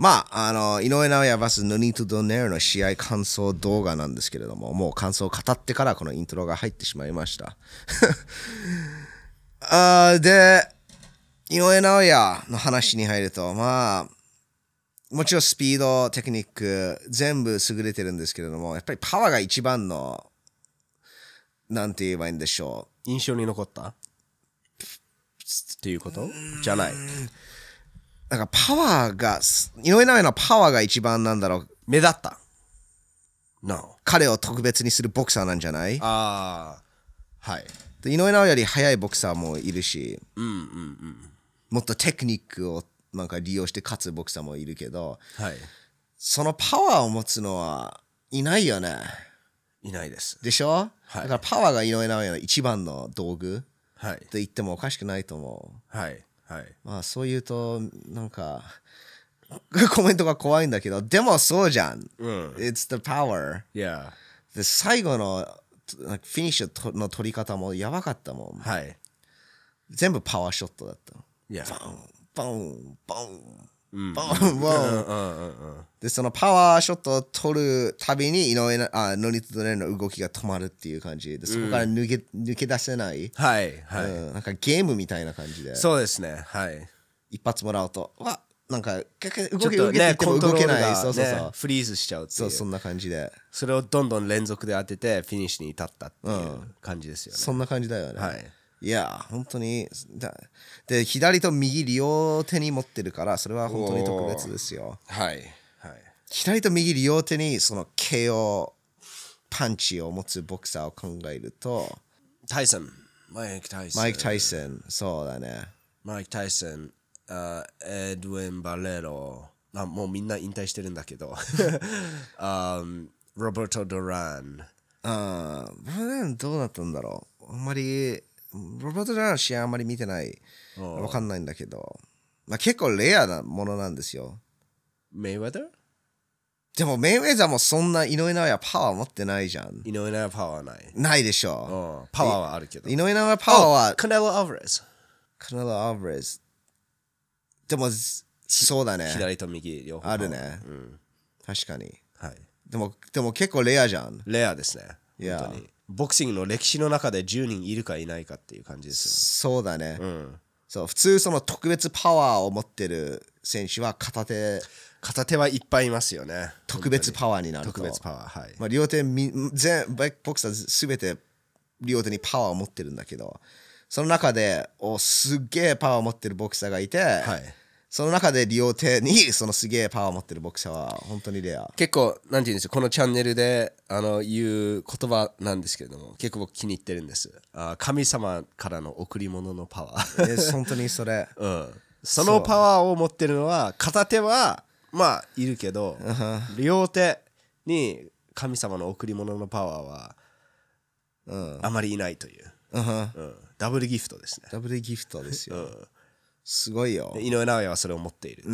Speaker 2: まあ、あの、井上尚弥 vs ヌニート・ドネルの試合感想動画なんですけれども、もう感想を語ってからこのイントロが入ってしまいました。 あーで、井上尚弥の話に入ると、まあ、もちろんスピード、テクニック、全部優れてるんですけれども、やっぱりパワーが一番の、なんて言えばいいんでしょう。
Speaker 1: 印象に残ったっていうことじゃない
Speaker 2: なんかパワーが、井上尚弥のパワーが一番なんだろう、
Speaker 1: 目立った No.
Speaker 2: 彼を特別にするボクサーなんじゃない
Speaker 1: ああ。はい。
Speaker 2: で井上尚弥より速いボクサーもいるし、もっとテクニックをなんか利用して勝つボクサーもいるけど
Speaker 1: はい。
Speaker 2: そのパワーを持つのはいないよね
Speaker 1: いないです。
Speaker 2: でしょ、だからパワーが井上尚弥の一番の道具
Speaker 1: はい。
Speaker 2: と言ってもおかしくないと思
Speaker 1: はい。はい。
Speaker 2: うまあそう言うとなんか コメントが怖いんだけどでもそうじゃん、
Speaker 1: うん。
Speaker 2: It's the power
Speaker 1: Yeah.
Speaker 2: で最後のなんかフィニッシュとの取り方もやばかったもん
Speaker 1: はい。
Speaker 2: 全部パワーショットだったの
Speaker 1: Yeah.
Speaker 2: バーンバー
Speaker 1: うん
Speaker 2: ンバーンバーン
Speaker 1: うんうんうんうん。
Speaker 2: でそのパワーショットを取るたびに井上なあノリトドレの動きが止まるっていう感じでそこから抜け,、抜け出せない、
Speaker 1: はい。はい。
Speaker 2: うん、なんかゲームみたいな感じで
Speaker 1: そうですね。はい。
Speaker 2: 一発もらうとわなんかかか
Speaker 1: ち
Speaker 2: 動
Speaker 1: ょっ
Speaker 2: け
Speaker 1: と
Speaker 2: 動けって言
Speaker 1: ね、
Speaker 2: って
Speaker 1: コ
Speaker 2: も
Speaker 1: ント
Speaker 2: 動
Speaker 1: ロー
Speaker 2: け
Speaker 1: ル
Speaker 2: ない、
Speaker 1: が
Speaker 2: そうそうそう、
Speaker 1: ねフリーズしちゃうってい
Speaker 2: そ
Speaker 1: うう。
Speaker 2: そんな感じで
Speaker 1: それをどんどん連続で当ててフィニッシュに至ったっていう感じですよね。
Speaker 2: そんな感じだよね、
Speaker 1: はい、
Speaker 2: や本当にだで左と右両手に持ってるからそれは本当に特別ですよ
Speaker 1: はいはい
Speaker 2: 左と右両手にその KO パンチを持つボクサーを考えると
Speaker 1: タイソンマイク・タイソン
Speaker 2: マイク・タイソン、そうだね。
Speaker 1: マイク・タイソンあエドウィン・バレロあもうみんな引退してるんだけど あロバート・ドラン
Speaker 2: あーロバート・どうだったんだろう。あんまり、ロバート・ジャーンの試合あんまり見てない。わかんないんだけど。まあ、結構レアなものなんですよ。
Speaker 1: メイウェザー
Speaker 2: でも、メイウェザーもそんな井上尚弥パワー持ってないじゃん。
Speaker 1: 井上尚弥パワーはない、
Speaker 2: ないでし
Speaker 1: う
Speaker 2: ょ。
Speaker 1: ん、パワーはあるけど
Speaker 2: 井上尚弥パワーは
Speaker 1: カネロ・アブレス
Speaker 2: カナダ・アブレス。でも、ずそうだね。
Speaker 1: 左と右両方
Speaker 2: あるね。確かに。
Speaker 1: はい
Speaker 2: でも、でも結構レアじゃん。
Speaker 1: レアですね
Speaker 2: いや
Speaker 1: 本当にボクシングの歴史の中で10人いるかいないかっていう感じです
Speaker 2: そうだ
Speaker 1: よ
Speaker 2: ね。
Speaker 1: ね、うん、
Speaker 2: そう普通その特別パワーを持ってる選手は片手
Speaker 1: 片手はいっぱいいますよね
Speaker 2: 特別パワーになると
Speaker 1: 特別パワーはい、
Speaker 2: まあ、両手み全ボクサーすべて両手にパワーを持ってるんだけどその中でおすっげえパワーを持ってるボクサーがいて、
Speaker 1: はい、
Speaker 2: その中で両手にそのすげえパワーを持ってるボクサーは本当にレ ア
Speaker 1: 結構なんていうんですかこのチャンネルであの言う言葉なんですけれども結構僕気に入ってるんですあ神様からの贈り物のパワー、
Speaker 2: え本当にそれ
Speaker 1: うん、そのパワーを持ってるのは片手はまあいるけど両手に神様の贈り物のパワーは、あまりいないという、
Speaker 2: うんうん
Speaker 1: うん、ダブルギフトですね
Speaker 2: ダブルギフトですよ、すごいよ
Speaker 1: で井上尚弥はそれを持っている、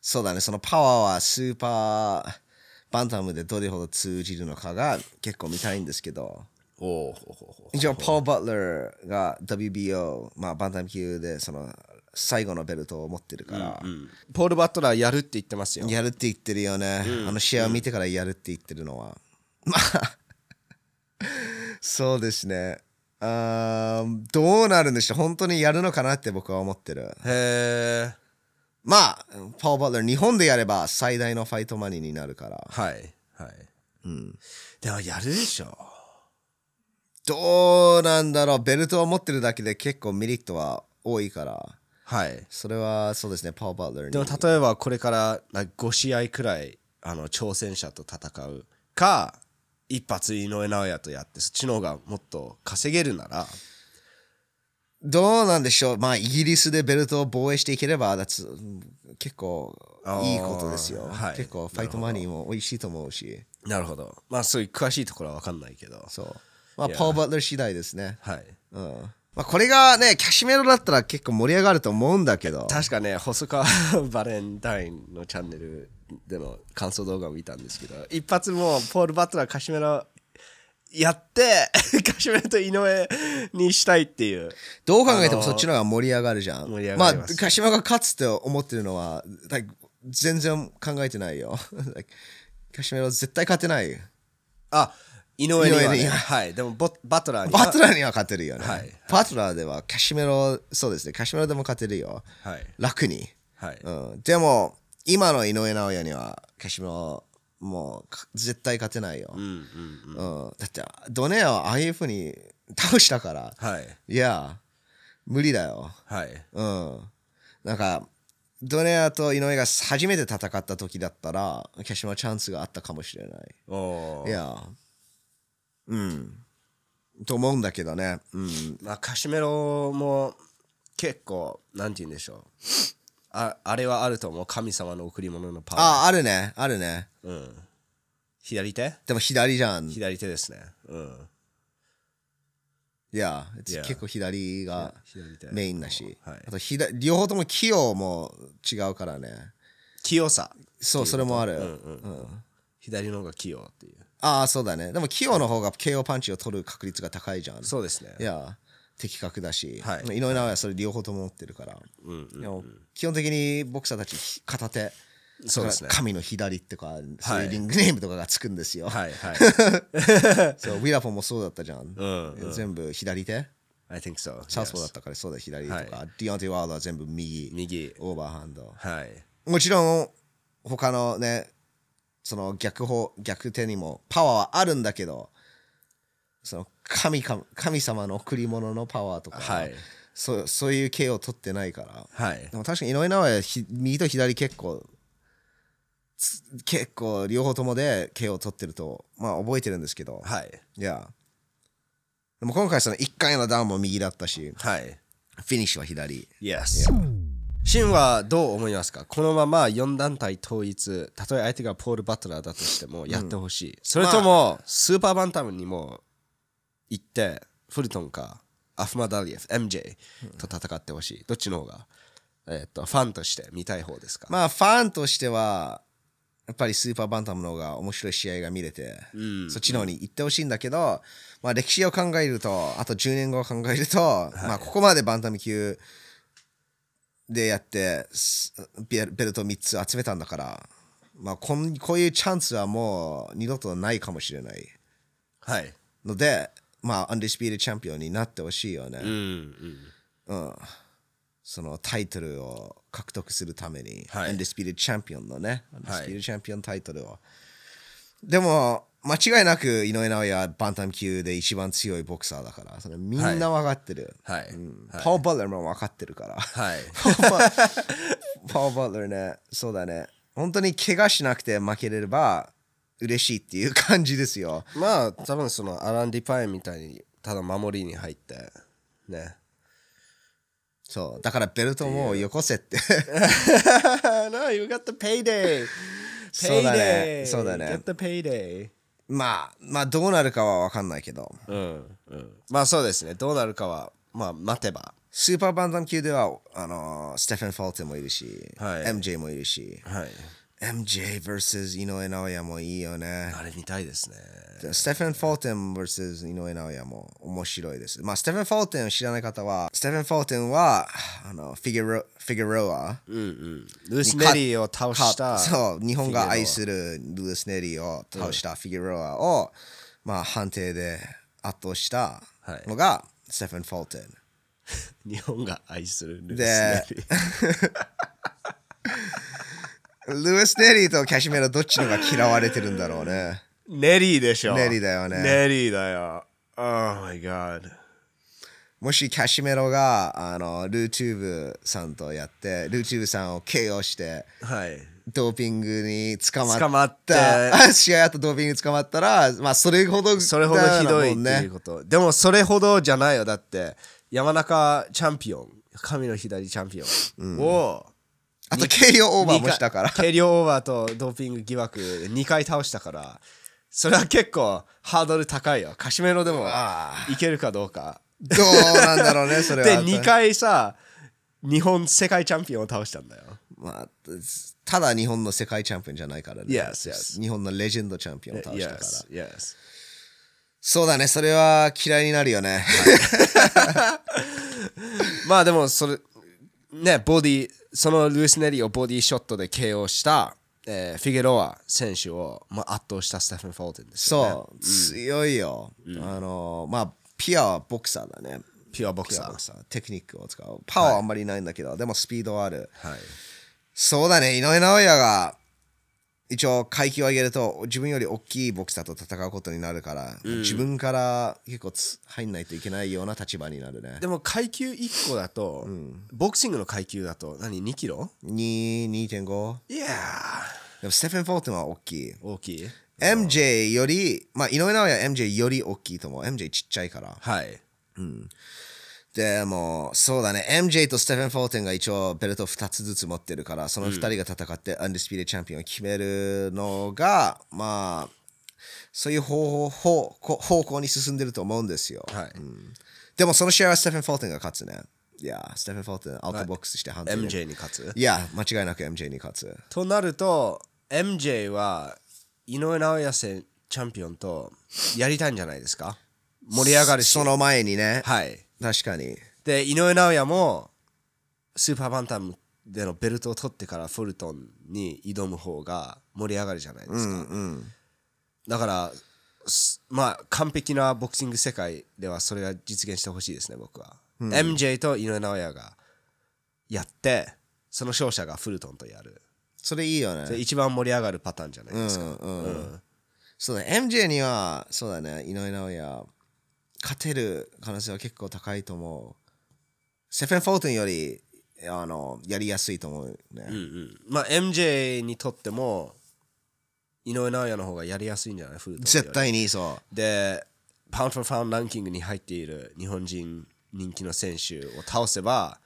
Speaker 2: そうだね、そのパワーはスーパーバンタムでどれほど通じるのかが結構見たいんですけど、
Speaker 1: おおほほほ
Speaker 2: 一応、ポール・バトラーが WBO、まあ、バンタム級でその最後のベルトを持ってるから、
Speaker 1: うんポール・バトラーやるって言ってますよ
Speaker 2: やるって言ってるよね、あの試合を見てからやるって言ってるのは。まあ、そうですね。あーどうなるんでしょう本当にやるのかなって僕は思ってる。
Speaker 1: へえ
Speaker 2: まあ、パワー・バトラー、日本でやれば最大のファイトマニーになるから。
Speaker 1: はいはい、でもやるでしょ
Speaker 2: どうなんだろうベルトを持ってるだけで結構メリットは多いから
Speaker 1: はい
Speaker 2: それはそうですねパワーバトラーに
Speaker 1: でも例えばこれからなんか5試合くらいあの挑戦者と戦うか一発井上尚弥とやってそっちの方がもっと稼げるなら
Speaker 2: どうなんでしょうまあイギリスでベルトを防衛していければ that's- 結構いいことですよ、
Speaker 1: あーはい
Speaker 2: 結構ファイトマニーも美味しいと思うし
Speaker 1: なるほどまあそういう詳しいところは分かんないけど
Speaker 2: そうまあパワーバトラー次第ですね
Speaker 1: はい
Speaker 2: うんまあこれがねキャシメロだったら結構盛り上がると思うんだけど
Speaker 1: 確かね細川 バレンタインのチャンネルでの感想動画を見たんですけど一発もうポール・バトラーカシメラやって カシメラと井上にしたいっていう
Speaker 2: どう考えてもそっちの方が盛り上がるじゃん
Speaker 1: 盛り上
Speaker 2: ま
Speaker 1: が
Speaker 2: あ
Speaker 1: ります
Speaker 2: 鹿島が勝つって思ってるのは like 全然考えてないよ like 鹿島は絶対勝てない
Speaker 1: あ井上には、
Speaker 2: 井上に
Speaker 1: ね、
Speaker 2: は
Speaker 1: はいでもボバトラーには
Speaker 2: バトラーには勝てるよね、
Speaker 1: はい
Speaker 2: バトラーではカシメロそうですねカシメロでも勝てるよ
Speaker 1: はい
Speaker 2: 楽に、
Speaker 1: はい、
Speaker 2: うん、でも今の井上尚弥にはカシメロもうか絶対勝てないよ、
Speaker 1: うんうん
Speaker 2: うんだってドネアはああいうふうに倒したから
Speaker 1: はい
Speaker 2: いや無理だよ
Speaker 1: はい
Speaker 2: うん。なんか、ドネアと井上が初めて戦った時だったら決勝のチャンスがあったかもしれない
Speaker 1: お
Speaker 2: いやうんと思うんだけどねうん
Speaker 1: まあ、カシメロも結構なんて言うんでしょうああれはあると思う神様の贈り物のパワー
Speaker 2: ああるねあるね
Speaker 1: うん、左手
Speaker 2: でも左じゃんい
Speaker 1: 左手ですねうん
Speaker 2: や
Speaker 1: Yeah
Speaker 2: 結構左が
Speaker 1: 左手
Speaker 2: メインだし、
Speaker 1: はい
Speaker 2: あと左両方とも器用も違うからね
Speaker 1: 器用さ
Speaker 2: そうそれもある、
Speaker 1: 左の方が器用っていう
Speaker 2: ああそうだねでも器用の方が KO パンチを取る確率が高いじゃん
Speaker 1: そうですね
Speaker 2: いや的確だし、
Speaker 1: はい
Speaker 2: 井上尚弥はそれ両方とも持ってるから、でも基本的にボクサーたち片手
Speaker 1: そうですね
Speaker 2: 神の左とかそういうリングネームとかがつくんですよ、
Speaker 1: はいはい
Speaker 2: そうウィラフォンもそうだったじゃん、
Speaker 1: うん
Speaker 2: 全部左手
Speaker 1: I think so
Speaker 2: サウスポーだったからそうだ左とか、
Speaker 1: はい
Speaker 2: ディアンティ・ワールドは全部右
Speaker 1: 右
Speaker 2: オーバーハンド
Speaker 1: はい
Speaker 2: もちろん他のねその逆方逆手にもパワーはあるんだけどその神か神様の贈り物のパワーとか、
Speaker 1: はい
Speaker 2: そうそういう系を取ってないから
Speaker 1: はい
Speaker 2: でも確かに井上尚弥はひ右と左結構つ結構両方ともで KO を取ってるとまあ覚えてるんですけど
Speaker 1: はい
Speaker 2: いやでも今回その1回のダウンも右だったし
Speaker 1: はい
Speaker 2: フィニッシュは左
Speaker 1: Yes シンはどう思いますかこのまま4団体統一たとえ相手がポール・バトラーだとしてもやってほしい、それともスーパーバンタムにも行ってフルトンかアフマダリエフ MJ と戦ってほしい、どっちの方が、えっとファンとして見たい方ですか、
Speaker 2: まあファンとしてはやっぱりスーパーバンタムの方が面白い試合が見れて、そっちの方に行ってほしいんだけど、まあ歴史を考えるとあと10年後を考えると、まあここまでバンタム級でやってすベルベルト3つ集めたんだから、まあ、こんこういうチャンスはもう二度とないかもしれない
Speaker 1: はい
Speaker 2: ので、まあ、アンディスピードチャンピオンになってほしいよね、
Speaker 1: うんうん
Speaker 2: そのタイトルを獲得するために、
Speaker 1: はい
Speaker 2: アンディスピードチャンピオンのね、アンディ
Speaker 1: はい
Speaker 2: スピードチャンピオンタイトルを。でも、間違いなく井上尚弥はバンタム級で一番強いボクサーだから、それみんな分かってる。
Speaker 1: はい、はい
Speaker 2: パウ・バトラーも分かってるから。
Speaker 1: はい
Speaker 2: パウ・バパウバトラーね、そうだね。本当に怪我しなくて負けれれば嬉しいっていう感じですよ。
Speaker 1: まあ多分そのアラン・ディパイみたいにただ守りに入ってね
Speaker 2: そう、だからベルトもうよこせって。
Speaker 1: No you got the payday
Speaker 2: そうだねそうだね
Speaker 1: Get the payday
Speaker 2: まあ、まあどうなるかは分かんないけど。
Speaker 1: うんうんまあそうですねどうなるかはまあ待てば
Speaker 2: スーパーバンタム級では、あのーステフェン・ファルテンもいるし、
Speaker 1: はい
Speaker 2: MJ もいるし、
Speaker 1: はい
Speaker 2: MJ vs 井上尚弥もいいよね。
Speaker 1: あれ見たいですね
Speaker 2: ステフェン・ファルテン vs 井上尚弥も面白いです。まあ、ステフェン・ファルテンを知らない方は、ステフェン・ファルテンは、あの、フィギュロフィギュロア、
Speaker 1: うんうんルース・メリーを倒した
Speaker 2: そう、日本が愛
Speaker 1: る
Speaker 2: するルース・ネリーを倒したフィギュロアを、まあ、判定で圧倒したのが、ステフェン・ファルテン。
Speaker 1: 日本が愛するルース・
Speaker 2: で
Speaker 1: ネリー
Speaker 2: ルース・ネリーとキャシメロどっちのが嫌われてるんだろうね。
Speaker 1: ネリーでしょ
Speaker 2: ネリーだよね
Speaker 1: ネリーだよ Oh my god
Speaker 2: もしキャシメロがあのルーチューブさんとやってルーチューブさんを KO して
Speaker 1: はい
Speaker 2: ドーピングに捕まった
Speaker 1: 捕まって
Speaker 2: 試合後ドーピングに捕まったら、まあ、それほど
Speaker 1: それほどひどいって
Speaker 2: だ
Speaker 1: い
Speaker 2: よ
Speaker 1: うこと、でもそれほどじゃないよだって山中チャンピオン神の左チャンピオンを、
Speaker 2: あと KO オーバーもしたから
Speaker 1: 軽量オーバーとドーピング疑惑2回倒したからそれは結構ハードル高いよカシメロでも
Speaker 2: あ
Speaker 1: いけるかどうか
Speaker 2: どうなん だろうねそれ
Speaker 1: で
Speaker 2: は
Speaker 1: 2回さ日本世界チャンピオンを倒したんだよ
Speaker 2: まあ、ただ日本の世界チャンピオンじゃないからね
Speaker 1: Yes, yes.
Speaker 2: 日本のレジェンドチャンピオンを倒したから
Speaker 1: Yes, yes.
Speaker 2: そうだねそれは嫌いになるよね
Speaker 1: まあでもそれねボディそのルース・ネリーをボディショットで KO した、えーフィゲロア選手を、まあ、圧倒したステファン・フォルテンですよね
Speaker 2: そう、強いよ、あのまあピアはボクサーだね
Speaker 1: ピュアボク
Speaker 2: ピア
Speaker 1: サ
Speaker 2: はボ
Speaker 1: ー
Speaker 2: クサーテクニックを使うパワーはあんまりないんだけど、でもスピードはある
Speaker 1: はい
Speaker 2: そうだね井上尚弥が一応階級を上げると自分より大きいボクサーと戦うことになるから、自分から結構つ入んないといけないような立場になるね
Speaker 1: でも階級1個だと、ボクシングの階級だと何2キロ
Speaker 2: 2 2.5
Speaker 1: いや
Speaker 2: でもステフェン・フォートンは大きい
Speaker 1: ー大きい
Speaker 2: MJ よりまあ井上尚弥は MJ より大きいと思う MJ ちっちゃいから
Speaker 1: はい
Speaker 2: でもそうだね MJ とステフェン・フォーテンが一応ベルト2つずつ持ってるからその2人が戦ってアンディスピーデチャンピオンを決めるのがまあそういう方法方方向に進んでると思うんですよ、
Speaker 1: はい、
Speaker 2: でもその試合はステフェン・フォーテンが勝つねいやステフェン・フォーテンアウトボックスして判定、
Speaker 1: MJ に勝つ
Speaker 2: いや間違いなく MJ に勝つ
Speaker 1: となると MJ は井上尚弥戦チャンピオンとやりたいんじゃないですか盛り上がるし
Speaker 2: その前にね、
Speaker 1: はい
Speaker 2: 確かに
Speaker 1: で井上尚弥もスーパーバンタムでのベルトを取ってからフォルトンに挑む方が盛り上がるじゃないですか、だからすまあ完璧なボクシング世界ではそれが実現してほしいですね僕は、MJ と井上尚弥がやってその勝者がフルトンとやる
Speaker 2: それいいよね
Speaker 1: で一番盛り上がるパターンじゃないですか、
Speaker 2: うんうんそうだ MJ にはそうだね井上尚弥勝てる可能性は結構高いと思うセフェン・フォーテンよりあのやりやすいと思うね、
Speaker 1: うんうんまあ MJ にとっても井上尚弥の方がやりやすいんじゃないフルトンより
Speaker 2: 絶対にそ
Speaker 1: でパウンド・ファウンドランキングに入っている日本人人気の選手を倒せば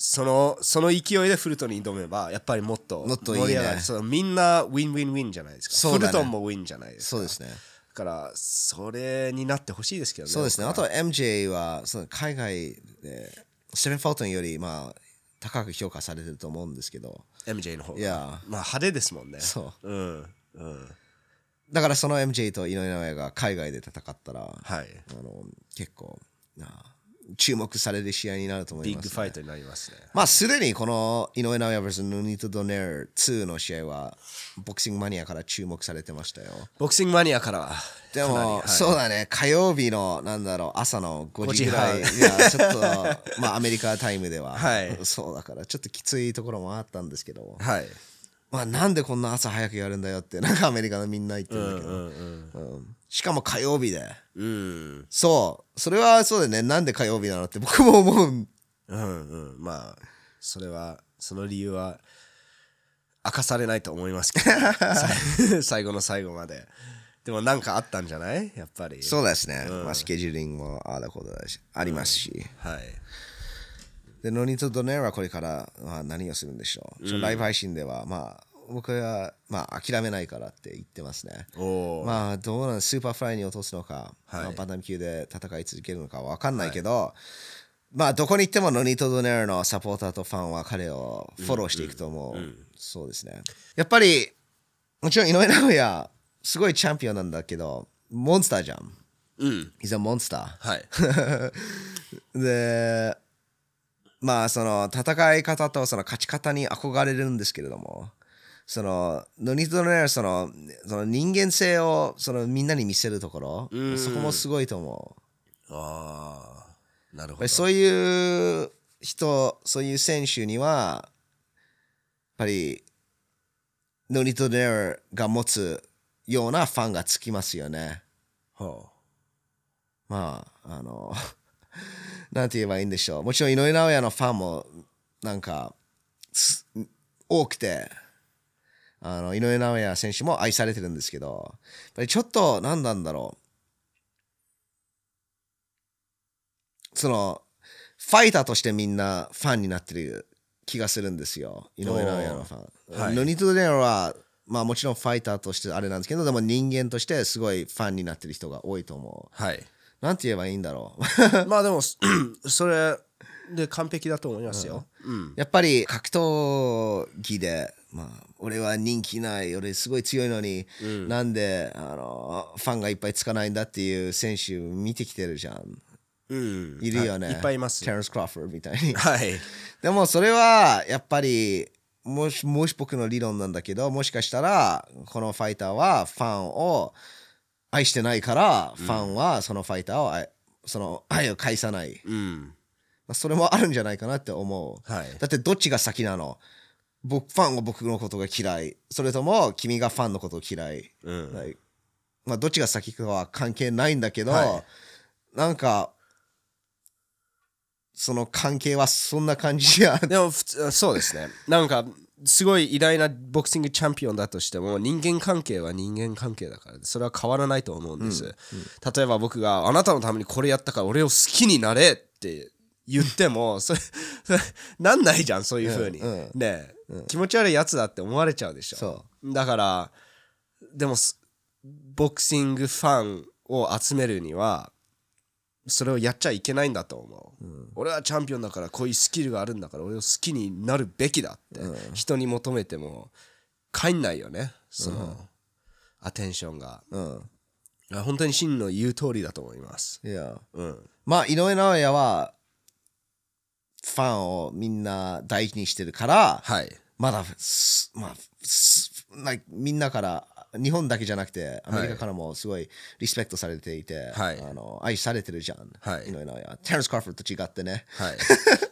Speaker 1: そのその勢いでフルトンに挑めばやっぱりもっと
Speaker 2: もっといいね
Speaker 1: 盛り上がるそうみんなウィンウィンウィンじゃないですか
Speaker 2: そうだね
Speaker 1: フルトンもウィンじゃないで
Speaker 2: う
Speaker 1: すか
Speaker 2: そうですね
Speaker 1: だからそれになってほしいですけどね
Speaker 2: そうですねあ
Speaker 1: 僕
Speaker 2: と
Speaker 1: は
Speaker 2: は MJ はその海外でセフェン・フォーテンよりまあ高く評価されてると思うんですけど
Speaker 1: MJ の方が
Speaker 2: いや
Speaker 1: まあ派手ですもんね
Speaker 2: そう
Speaker 1: うんうん
Speaker 2: だからその MJ と井上尚弥が海外で戦ったら、
Speaker 1: はい
Speaker 2: あの結構な注目される試合になると思い
Speaker 1: ビ
Speaker 2: ま
Speaker 1: ッグ
Speaker 2: す
Speaker 1: ファイトになりますね
Speaker 2: まあすでにこの井上尚弥 vs ヌニート・ドネル2の試合はボクシングマニアから注目されてましたよ。
Speaker 1: ボクシングマニアからは
Speaker 2: で
Speaker 1: かなり
Speaker 2: も、
Speaker 1: はい
Speaker 2: そうだね、火曜日のなんだろう朝の5時ぐらい、
Speaker 1: 5
Speaker 2: いやちょっとまあアメリカタイムでは、
Speaker 1: はい
Speaker 2: そうだからちょっときついところもあったんですけど、
Speaker 1: はい
Speaker 2: まあなんでこんな朝早くやるんだよって、なんかアメリカのみんな言ってるんだけど、うんしかも火曜日で、
Speaker 1: うん
Speaker 2: そう、それはそうだよね、なんで火曜日なのって僕も思
Speaker 1: う
Speaker 2: う。
Speaker 1: んうんまあそれはその理由は明かされないと思いますけ ど最最後の最後まででも何かあったんじゃないやっぱり
Speaker 2: そうですね、まあスケジューリングもあることだし、ありますし。
Speaker 1: はい
Speaker 2: で、ノニとドネラはこれから、まあ、何をするんでしょう。ライブ配信では、まあ、僕は、まあ、諦めないからって言ってますね。
Speaker 1: おお、
Speaker 2: まあ、どうなんスーパーフライに落とすのか、
Speaker 1: はい
Speaker 2: まあ、バンタム級で戦い続けるのか分かんないけど、まあ、どこに行ってもノニとドネラのサポーターとファンは彼をフォローしていくと思う。そうですね。やっぱり、もちろん井上尚弥、すごいチャンピオンなんだけど、モンスターじゃん。
Speaker 1: うん
Speaker 2: いざモンスター。
Speaker 1: はい
Speaker 2: でまあその戦い方とその勝ち方に憧れるんですけれどもそのノニトネそのその人間性をそのみんなに見せるところそこもすごいと思う
Speaker 1: ああなる
Speaker 2: やっ
Speaker 1: ほ
Speaker 2: ぱ
Speaker 1: ど
Speaker 2: りそういう人そういう選手にはやっぱりノニトネが持つようなファンがつきますよね
Speaker 1: ほ
Speaker 2: まあ、あの、 なんて言えばいいんでしょう。もちろん井上尚弥のファンも、なんか、す多くて、あの、井上尚弥選手も愛されてるんですけど、やっぱりちょっと、なんなんだろう。その、ファイターとしてみんなファンになってる気がするんですよ。井上尚弥のフ
Speaker 1: お
Speaker 2: ァン。
Speaker 1: ーはい
Speaker 2: ノニトデネロは、まあもちろんファイターとしてあれなんですけど、でも人間としてすごいファンになってる人が多いと思う。
Speaker 1: うはい
Speaker 2: なんて言えばいいんだろう。
Speaker 1: まあ でもそれで完璧だと思いますよ、うん、
Speaker 2: やっぱり格闘技で、まあ、俺は人気ない、俺すごい強いのに、なんで、あの、ファンがいっぱいつかないんだっていう選手見てきてるじゃん。
Speaker 1: うん、
Speaker 2: いるよね。
Speaker 1: はい、いっぱいいます
Speaker 2: テレンス・クロフォードみたいに。
Speaker 1: はい
Speaker 2: でもそれは、やっぱり、もし、もし僕の理論なんだけど、もしかしたら、このファイターはファンを愛してないから、ファンはそのファイターを愛、その 愛を返さない。
Speaker 1: うん
Speaker 2: まあそれもあるんじゃないかなって思う。
Speaker 1: はい
Speaker 2: だってどっちが先なの僕ファンが僕のことが嫌いそれとも君がファンのことを嫌い、
Speaker 1: うん。
Speaker 2: like まあ、どっちが先かは関係ないんだけど、
Speaker 1: は
Speaker 2: なんかその関係はそんな感じ や
Speaker 1: でも普通そうですねなんかすごい偉大なボクシングチャンピオンだとしても人間関係は人間関係だからそれは変わらないと思うんです、例えば僕があなたのためにこれやったから俺を好きになれって言ってもそれそれなんないじゃんそういうふうに、
Speaker 2: うんうん
Speaker 1: ねえ、気持ち悪いやつだって思われちゃうでしょ
Speaker 2: そ
Speaker 1: だからでもすボクシングファンを集めるにはそれをやっちゃいけないんだと思う、俺はチャンピオンだからこういうスキルがあるんだから俺を好きになるべきだって、人に求めても帰んないよねその、アテンションが
Speaker 2: うん
Speaker 1: 本当に真の言う通りだと思います
Speaker 2: いや
Speaker 1: うん
Speaker 2: まあ井上尚弥はファンをみんな大事にしてるから
Speaker 1: はい
Speaker 2: まだすまあすなみんなから日本だけじゃなくてアメリカからもすごいリスペクトされていて、
Speaker 1: はい
Speaker 2: あの愛されてるじゃん、
Speaker 1: はい
Speaker 2: 井上尚弥テレンス・カーフォードと違ってね
Speaker 1: はい、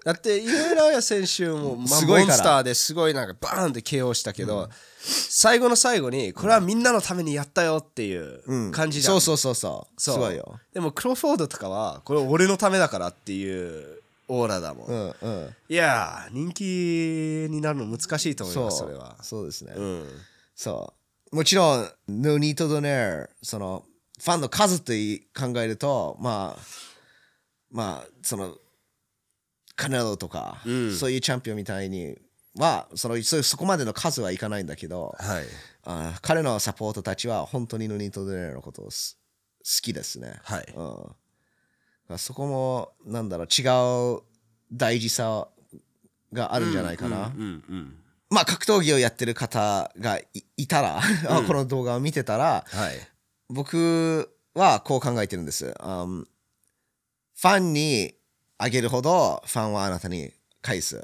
Speaker 1: だって井上尚弥選手 も、まあ、
Speaker 2: すごい
Speaker 1: モ
Speaker 2: から
Speaker 1: ンスターですごいなんかバーンって KO したけど、最後の最後にこれはみんなのためにやったよっていう感じじゃん、
Speaker 2: そうそうそうそう
Speaker 1: そう
Speaker 2: すごいよ
Speaker 1: でもクロフォードとかはこれ俺のためだからっていうオーラだもん、
Speaker 2: うんうん
Speaker 1: いやー人気になるの難しいと思い
Speaker 2: そ
Speaker 1: ま
Speaker 2: う
Speaker 1: すそれは
Speaker 2: そうですね、
Speaker 1: うん
Speaker 2: そうもちろん No need to donate そのファンの数とい考えるとまあまあそのカネロとか、
Speaker 1: うん
Speaker 2: そういうチャンピオンみたいにはそのそういうそこまでの数はいかないんだけど
Speaker 1: はい
Speaker 2: あー彼のサポートたちは本当に No need to donate のことをす好きですね、
Speaker 1: はい
Speaker 2: うん、だからそこもなんだろう違う大事さがあるんじゃないかな、
Speaker 1: うんうん
Speaker 2: まあ格闘技をやってる方がいいたら、あ この動画を見てたら
Speaker 1: はい
Speaker 2: 僕はこう考えてるんです、um ファンにあげるほどファンはあなたに返す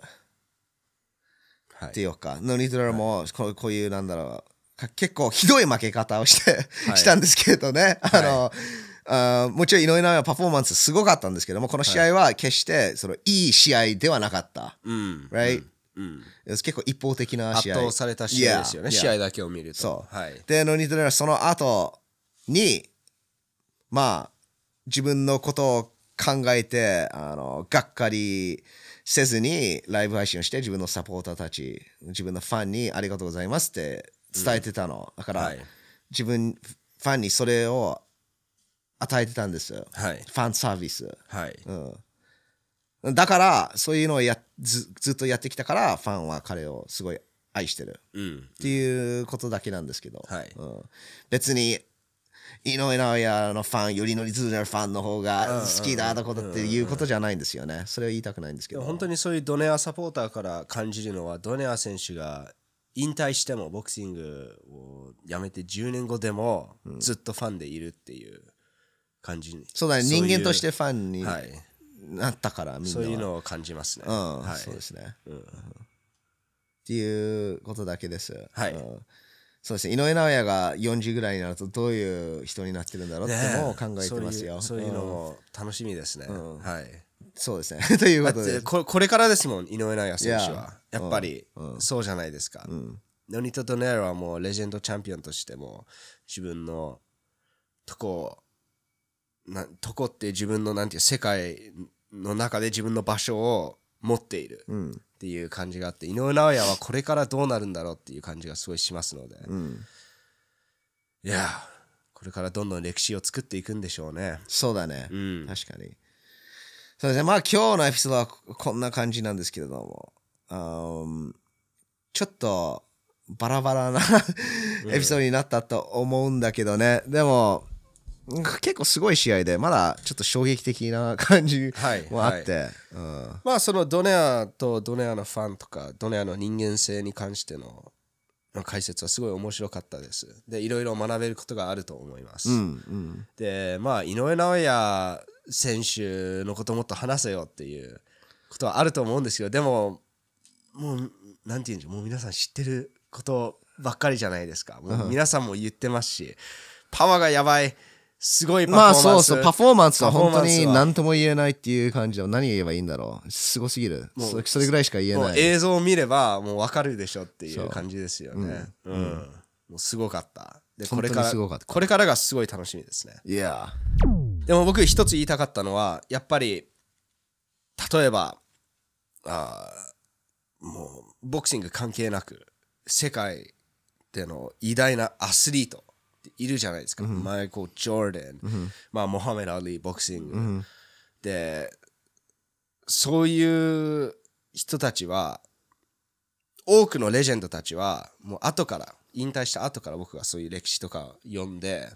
Speaker 1: は
Speaker 2: って
Speaker 1: い
Speaker 2: いうか、ノニトラもこうこういうなんだろうか結構ひどい負け方をして、
Speaker 1: はい
Speaker 2: したんですけれどね、あのあーもちろん井上尚弥はパフォーマンスすごかったんですけどもこの試合は決してそのいい試合ではなかった、
Speaker 1: うん、
Speaker 2: right?
Speaker 1: うん、
Speaker 2: 結構一方的な
Speaker 1: 圧
Speaker 2: 試合
Speaker 1: 倒された試合ですよね
Speaker 2: Yeah, yeah.
Speaker 1: 試合だけを見ると
Speaker 2: そう。
Speaker 1: はい
Speaker 2: で、ノニトレラその後に、まあ、自分のことを考えて、あの、がっかりせずにライブ配信をして、自分のサポーターたち、自分のファンにありがとうございますって伝えてたの。だから、
Speaker 1: はい
Speaker 2: 自分、ファンにそれを与えてたんですよ。
Speaker 1: はい
Speaker 2: ファンサービス。
Speaker 1: はい
Speaker 2: うん。だから、そういうのをやずずっとやってきたから、ファンは彼をすごい愛してる。
Speaker 1: うん
Speaker 2: っていうことだけなんですけど、
Speaker 1: はい
Speaker 2: うん、別に井上尚弥のファンよりのりずるファンの方が好きだとかだっていうことじゃないんですよね、それを言いたくないんです
Speaker 1: で
Speaker 2: けど
Speaker 1: も本当にそういうドネアサポーターから感じるのはドネア選手が引退してもボクシングをやめて10年後でもずっとファンでいるっていう感じに
Speaker 2: そうだね
Speaker 1: い
Speaker 2: 人間としてファンに
Speaker 1: はい
Speaker 2: なったからみんな
Speaker 1: そういう
Speaker 2: は
Speaker 1: のを感じますね、
Speaker 2: うん
Speaker 1: はい
Speaker 2: そうですね、
Speaker 1: うん
Speaker 2: っていうことだけです、
Speaker 1: はい
Speaker 2: うんそうですね井上尚弥が40ぐらいになるとどういう人になってるんだろうって
Speaker 1: ね
Speaker 2: のを考えてますよ、
Speaker 1: そういうそういうの
Speaker 2: ん
Speaker 1: も楽しみですね、はい
Speaker 2: そうですね という
Speaker 1: だ
Speaker 2: こ
Speaker 1: っ
Speaker 2: とで
Speaker 1: てここれからですもん井上尚弥選手
Speaker 2: い
Speaker 1: はやっぱりそうじゃないですか、ノニト・ドネラはもうレジェンドチャンピオンとしても自分のとこをなとこって自分のなんていう世界の中で自分の場所を持っているっていう感じがあって、井上尚弥はこれからどうなるんだろうっていう感じがすごいしますので、いやあこれからどんどん歴史を作っていくんでしょうね
Speaker 2: そうだね、
Speaker 1: ん
Speaker 2: 確かにそうですねまあ今日のエピソードはここんな感じなんですけれどもあーちょっとバラバラなエピソードになったと思うんだけどね、でもなんか結構すごい試合でまだちょっと衝撃的な感じ
Speaker 1: はい
Speaker 2: もあって、うん
Speaker 1: まあそのドネアとドネアのファンとかドネアの人間性に関しての解説はすごい面白かったです。でいろいろ学べることがあると思います。でまあ井上尚弥選手のこともっと話せよっていうことはあると思うんですよでももうなんて言うんでしょうもう皆さん知ってることばっかりじゃないですかもう皆さんも言ってますし、パワーがやばいすごいパフォー
Speaker 2: ま
Speaker 1: マン
Speaker 2: あ
Speaker 1: ス
Speaker 2: そうそう、パフォーマンスは本当に
Speaker 1: パフォーマンスは
Speaker 2: 何とも言えないっていう感じで、何言えばいいんだろう。すごすぎる。
Speaker 1: う
Speaker 2: それそれぐらいしか言え
Speaker 1: もう
Speaker 2: ない。
Speaker 1: 映像を見ればもう分かるでしょってい
Speaker 2: そう
Speaker 1: う感じですよね。うんもうすごかった。でこ
Speaker 2: 本当
Speaker 1: れ
Speaker 2: に
Speaker 1: から
Speaker 2: すごかった
Speaker 1: これからがすごい楽しみですね。
Speaker 2: いや、
Speaker 1: でも僕一つ言いたかったのはやっぱり例えばあーもうボクシング関係なく世界での偉大なアスリートっているじゃないですか、マイコル・ジョーダン、まあ、モハメド・アリーボクシング、でそういう人たちは多くのレジェンドたちはもう後から引退した後から僕がそういう歴史とか読んで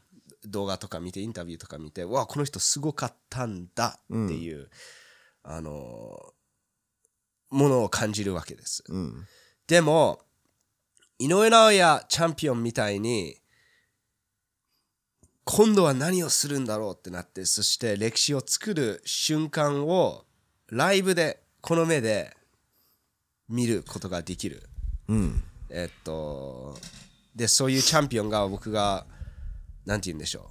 Speaker 1: 動画とか見てインタビューとか見てうわこの人すごかったんだっていう、あのーものを感じるわけです、
Speaker 2: うん。
Speaker 1: でも井上尚弥チャンピオンみたいに今度は何をするんだろうってなってそして歴史を作る瞬間をライブでこの目で見ることができる
Speaker 2: うん。
Speaker 1: えっとでそういうチャンピオンが僕がなんて言うんでしょう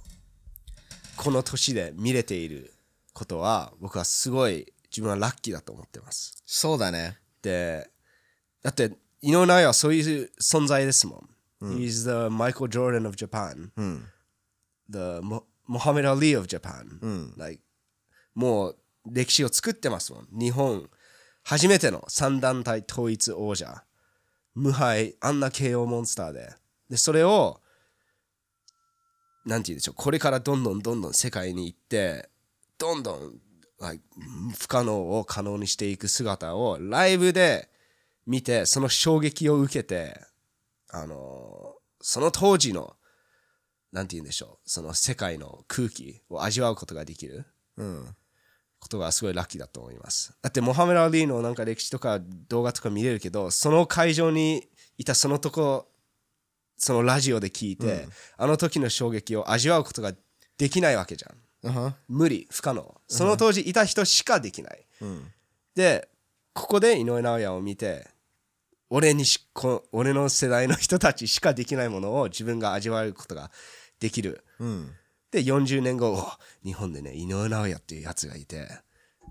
Speaker 1: この年で見れていることは僕はすごい自分はラッキーだと思ってます
Speaker 2: そうだね。
Speaker 1: でだって井上尚弥はそういう存在ですもん、He's the Michael Jordan of Japan、
Speaker 2: ん
Speaker 1: the Mo- Muhammad Ali of Japan、Like もう歴史を作ってますもん日本初めての3団体統一王者無敗あんな KO モンスターででそれをなんて言うんでしょうこれからどんどんどんどん世界に行ってどんどん、like 不可能を可能にしていく姿をライブで見てその衝撃を受けてあのその当時のなんて言うんでしょうその世界の空気を味わうことができる
Speaker 2: うん。
Speaker 1: ことがすごいラッキーだと思います。だってモハメド・アリーのなんか歴史とか動画とか見れるけどその会場にいたそのとこそのラジオで聞いて、あの時の衝撃を味わうことができないわけじゃん。
Speaker 2: うんは
Speaker 1: 無理不可能その当時いた人しかできない、
Speaker 2: ん
Speaker 1: でここで井上尚弥を見て俺にしこ俺の世代の人たちしかできないものを自分が味わうことができる
Speaker 2: うん。
Speaker 1: で40年後お日本でね井上尚弥っていうやつがいて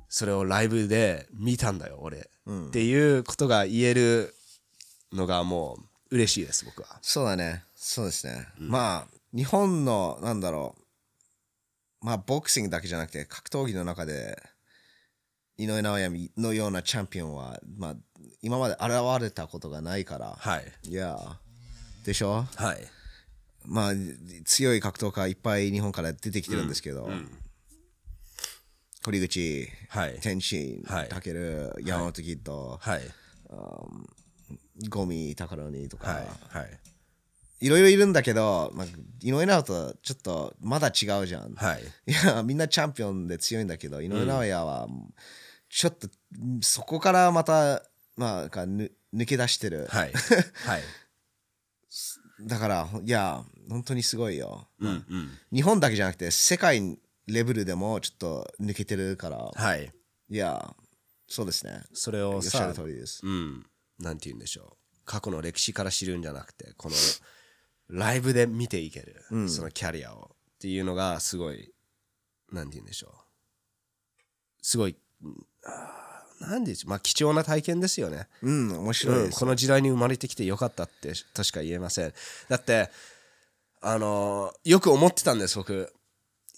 Speaker 1: それをライブで見たんだよ俺、っていうことが言えるのがもう嬉しいです僕は
Speaker 2: そうだね。そうですね。まあ、日本の、なんだろう。まあ、ボクシングだけじゃなくて、格闘技の中で、井上尚弥のようなチャンピオンは、まあ、今まで現れたことがないから。
Speaker 1: はい
Speaker 2: いやでしょ
Speaker 1: はい
Speaker 2: まあ、強い格闘家いっぱい日本から出てきてるんですけど、堀口、
Speaker 1: はい
Speaker 2: 天心、
Speaker 1: はい
Speaker 2: たける、山本キッド、
Speaker 1: はい
Speaker 2: ゴミ、高野にとか、
Speaker 1: はいはい
Speaker 2: いろいろいるんだけど、まあ、井上尚弥とちょっとまだ違うじゃん。
Speaker 1: はい
Speaker 2: いや、みんなチャンピオンで強いんだけど、井上尚弥は、ちょっと、そこからまた、まあ、なんかぬ抜け出してる。
Speaker 1: はい はい
Speaker 2: だから、いや、本当にすごいよ。
Speaker 1: うんうん
Speaker 2: 日本だけじゃなくて、世界レベルでもちょっと抜けてるから、
Speaker 1: はい
Speaker 2: いや、そうですね。
Speaker 1: それを
Speaker 2: おっしゃ
Speaker 1: さ
Speaker 2: る通りです。
Speaker 1: うん、なんて言うんでしょう過去の歴史から知るんじゃなくてこのライブで見ていける、そのキャリアをっていうのがすごいなんて言うんでしょうすごいうんあーなんでしょうまあ貴重な体験ですよね、
Speaker 2: うん、面白い
Speaker 1: うん
Speaker 2: です。
Speaker 1: この時代に生まれてきてよかったってとしか言えませんだってあのーよく思ってたんです僕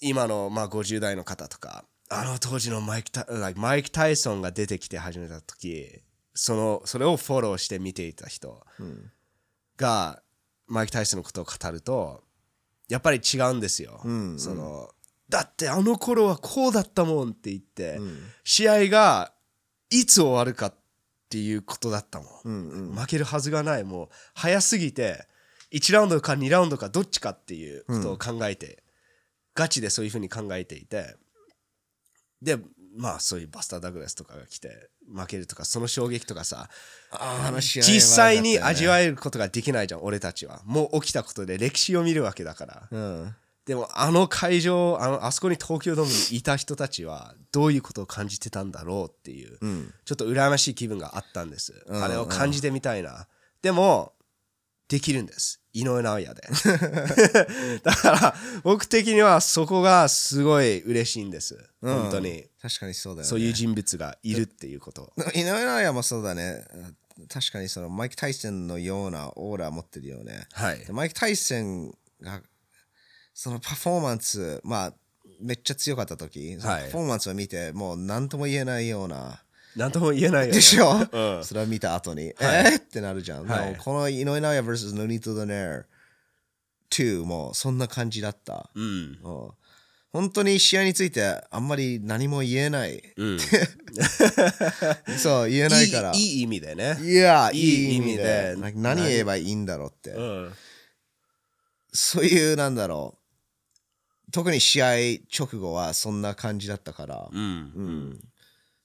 Speaker 1: 今の、まあ、50代の方とかあの当時のマイクタ、like マイク・タイソンが出てきて始めた時そのそれをフォローして見ていた人が、マイク・タイソンのことを語るとやっぱり違うんですよ、そのだってあの頃はこうだったもんって言って、試合がいつ終わるかっていうことだったもん、負けるはずがないもう早すぎて1ラウンドか2ラウンドかどっちかっていうことを考えて、ガチでそういうふうに考えていてでまあそういうバスター・ダグラスとかが来て負けるとかその衝撃とかさ
Speaker 2: あーあの試合は
Speaker 1: 実際に味
Speaker 2: よ
Speaker 1: わえることができないじゃん俺たちはもう起きたことで歴史を見るわけだから、
Speaker 2: かっ
Speaker 1: でもあの会場あのあそこに東京ドームにいた人たちはどういうことを感じてたんだろうっていう、ちょっと羨ましい気分があったんです、あれを感じてみたいなでもできるんです井上尚弥で だから僕的にはそこがすごい嬉しいんです本当に、
Speaker 2: 確かにそうだよね
Speaker 1: そういう人物がいるっていうこと
Speaker 2: でも井上尚弥もそうだね確かにそのマイク・タイソンのようなオーラ持ってるよね、
Speaker 1: はい
Speaker 2: でマイク・タイソンがそのパフォーマンスまあめっちゃ強かった時、そのパフォーマンスを見てもう何とも言えないような
Speaker 1: 何とも言えないよ、ね、
Speaker 2: でしょ、
Speaker 1: うん
Speaker 2: それを見 た後に、えー、ってなるじゃん、
Speaker 1: はい
Speaker 2: でもこの井上尚弥 vs ノニート・ドネア2もそんな感じだった、
Speaker 1: うん
Speaker 2: うん本当に試合についてあんまり何も 言えない、
Speaker 1: うん、い
Speaker 2: そう言えないから
Speaker 1: いいい意味でね
Speaker 2: いや、
Speaker 1: い
Speaker 2: い
Speaker 1: い
Speaker 2: い意味
Speaker 1: 意
Speaker 2: で。
Speaker 1: 味で
Speaker 2: なんか何言えばいいんだろうって。
Speaker 1: うん
Speaker 2: そういう、なんだろう。特に試合直後はそんな感じだったから。
Speaker 1: うん
Speaker 2: うん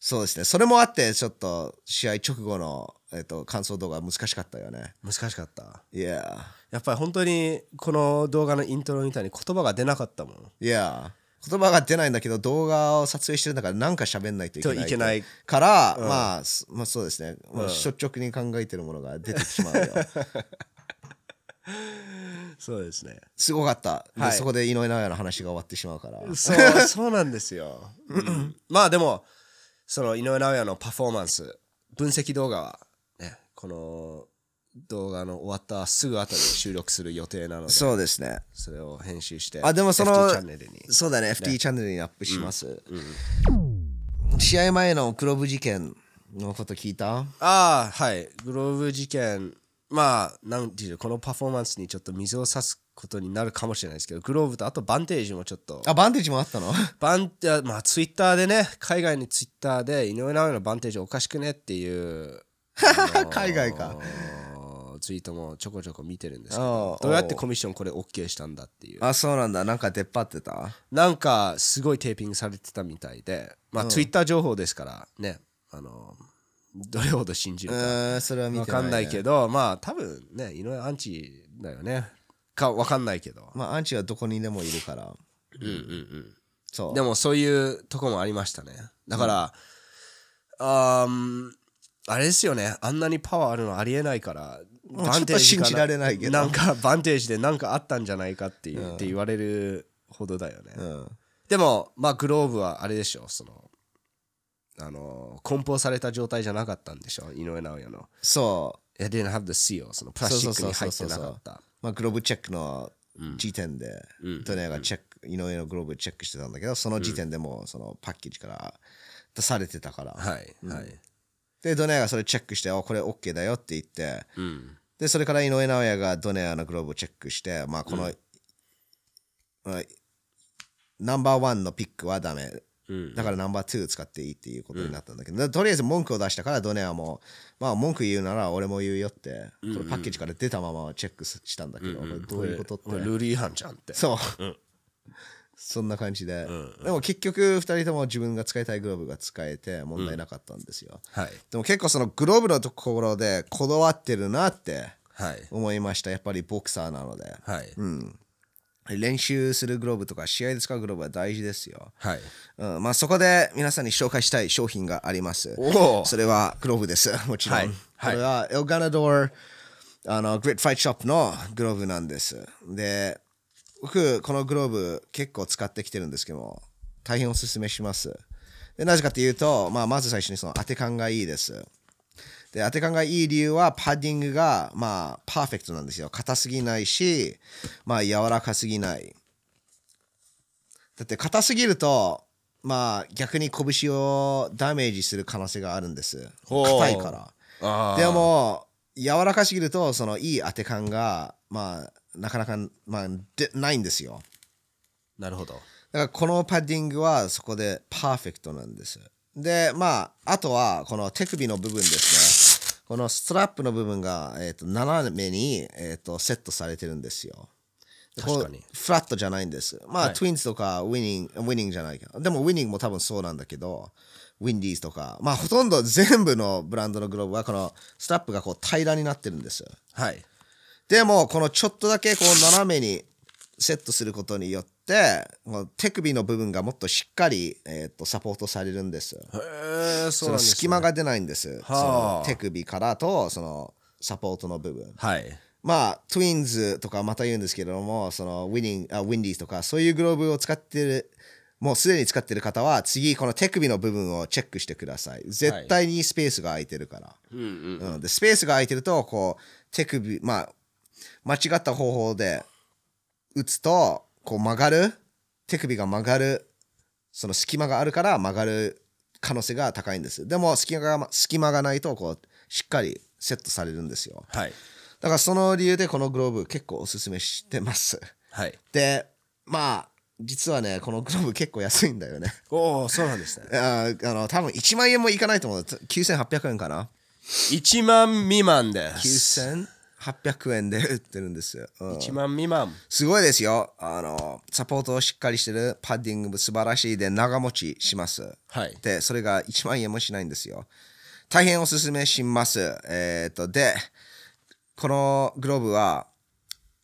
Speaker 2: そうですね。それもあって、ちょっと試合直後の、えっと、感想動画は難しかったよね。
Speaker 1: 難しかった
Speaker 2: いや、
Speaker 1: やっぱり本当にこの動画のイントロみたいに言葉が出なかったもん
Speaker 2: いや。言葉が出ないんだけど動画を撮影してるんだから何か喋んないといけない
Speaker 1: といけない
Speaker 2: から、まあ、すまあそうですね、まあ、率直に考えてるものが出てしまうよ
Speaker 1: そうですね
Speaker 2: すごかった、で
Speaker 1: はい
Speaker 2: そこで井上尚弥の話が終わってしまうから
Speaker 1: そうそうなんですよ、うんまあでもその井上尚弥のパフォーマンス分析動画はねこの動画の終わったすぐ後に収録する予定なのでそ
Speaker 2: そうですね
Speaker 1: れを編集して
Speaker 2: あでもその
Speaker 1: FT チャンネルに
Speaker 2: そうだね FT チャンネルにアップします、試合前の黒部事件のこと聞いた
Speaker 1: ああはいグローブ事件まあなんていうこのパフォーマンスにちょっと水を差すことになるかもしれないですけどグローブとあとバンテージもちょっと
Speaker 2: あバンテージもあったの
Speaker 1: バンテまあツイッターでね海外のツイッターで井上尚弥のバンテージおかしくねっていう
Speaker 2: 海外か
Speaker 1: あのツイートもちょこちょこ見てるんですけ
Speaker 2: あ
Speaker 1: ど
Speaker 2: あ
Speaker 1: どうやってコミッションこれ OK したんだっていう
Speaker 2: あそうなんだなんか出っ張ってた
Speaker 1: なんかすごいテーピングされてたみたいでまあツイッター情報ですからねあのどれほど信じる
Speaker 2: う
Speaker 1: か
Speaker 2: ーんそれは見て
Speaker 1: 分
Speaker 2: ない、ね、
Speaker 1: かんないけどまあ多分ね井上アンチだよねか分かんないけど
Speaker 2: まあアンチはどこにでもいるから
Speaker 1: うんうんうん
Speaker 2: そう
Speaker 1: でもそういうとこもありましたねだから、あーんあれですよねあんなにパワーあるのありえないから
Speaker 2: うちょっと信じられないけど
Speaker 1: なんかバンテージで何かあったんじゃないかって,、いうって言われるほどだよね、
Speaker 2: うん、
Speaker 1: でもまあグローブはあれでしょそのあの梱包された状態じゃなかったんでしょ井上尚弥の
Speaker 2: そ
Speaker 1: It didn't have the seal そのプラスチックに入ってなか
Speaker 2: そうそうそう
Speaker 1: っ
Speaker 2: そ
Speaker 1: た
Speaker 2: う、まあ、グローブチェックの時点で、
Speaker 1: うん
Speaker 2: ドネアがチェック井上のグローブチェックしてたんだけどその時点でもうそのパッケージから出されてたから、
Speaker 1: はいはい
Speaker 2: でドネアがそれチェックして「あこれ OK だよ」って言って
Speaker 1: うん
Speaker 2: でそれから井上尚弥がドネアのグローブをチェックして、まあ、この、まあナンバーワンのピックはダメ
Speaker 1: うん
Speaker 2: だからナンバーツー使っていいっていうことになったんだけど、だとりあえず文句を出したからドネアも、まあ、文句言うなら俺も言うよってこれパッケージから出たままチェックしたんだけど、これどういうことって、
Speaker 1: れルール違反じゃんって
Speaker 2: そう、そんな感じで、でも結局2人とも自分が使いたいグローブが使えて問題なかったんですよ、
Speaker 1: はい
Speaker 2: でも結構そのグローブのところでこだわってるなって
Speaker 1: はい
Speaker 2: 思いましたやっぱりボクサーなので
Speaker 1: はい、
Speaker 2: 練習するグローブとか試合で使うグローブは大事ですよ、
Speaker 1: はい
Speaker 2: うんまあ、そこで皆さんに紹介したい商品があります
Speaker 1: おお
Speaker 2: それはグローブです もちろん、
Speaker 1: はいはい
Speaker 2: これはエルガナドーあのグリッドファイトショップのグローブなんですで僕このグローブ結構使ってきてるんですけども大変おすすめしますでなぜかというと、まあ、まず最初にその当て感がいいですで当て感がいい理由はパッディングがまあパーフェクトなんですよ硬すぎないしまあ柔らかすぎないだって硬すぎるとまあ逆に拳をダメージする可能性があるんです
Speaker 1: ほう
Speaker 2: 硬いから
Speaker 1: あ
Speaker 2: でも柔らかすぎるとそのいい当て感がまあなかなか、まあ、でないんですよ
Speaker 1: なるほど
Speaker 2: だからこのパッディングはそこでパーフェクトなんです。で、まあ、あとはこの手首の部分ですね。このストラップの部分が、えー、と斜めに、えー、とセットされてるんですよ。でこう
Speaker 1: 確かに
Speaker 2: フラットじゃないんです。まあ、
Speaker 1: はい
Speaker 2: トゥインズとかウィニング、ウィニングじゃないけど、でもウィニングも多分そうなんだけど、ウィンディーズとか、まあ、ほとんど全部のブランドのグローブは、このストラップがこう平らになってるんです。
Speaker 1: はい
Speaker 2: でもこのちょっとだけこう斜めにセットすることによってこの手首の部分がもっとしっかり、えー、とサポートされるんです
Speaker 1: へえそ
Speaker 2: その隙間が出ないんです、
Speaker 1: はあ
Speaker 2: その手首からとそのサポートの部分
Speaker 1: はい
Speaker 2: まあ、トゥインズとかまた言うんですけれども、そのウィニンあウィンディーズとか、そういうグローブを使ってる、もうすでに使ってる方は、次、この手首の部分をチェックしてください。絶対にスペースが空いてるから。うんで、スペースが空いてると、こう、手首、まあ、間違った方法で打つと、こう曲がる、手首が曲がる、その隙間があるから曲がる可能性が高いんです。でも、隙間が、隙間がないと、こう、しっかりセットされるんですよ。
Speaker 1: はい。
Speaker 2: だからその理由でこのグローブ結構おすすめしてます。
Speaker 1: はい。
Speaker 2: で、まあ、実はね、このグローブ結構安いんだよね。
Speaker 1: おお、そうなんですね。
Speaker 2: あーあの、多分1万円もいかないと思う。9800円かな
Speaker 1: 1万未満です。
Speaker 2: ?9800 円で売ってるんですよ。うん
Speaker 1: 1万未満。
Speaker 2: すごいですよ。あの、サポートをしっかりしてる、パッディングも素晴らしいで、長持ちします。
Speaker 1: はい。
Speaker 2: で、それが1万円もしないんですよ。大変おすすめします。えっ、と、で、このグローブは、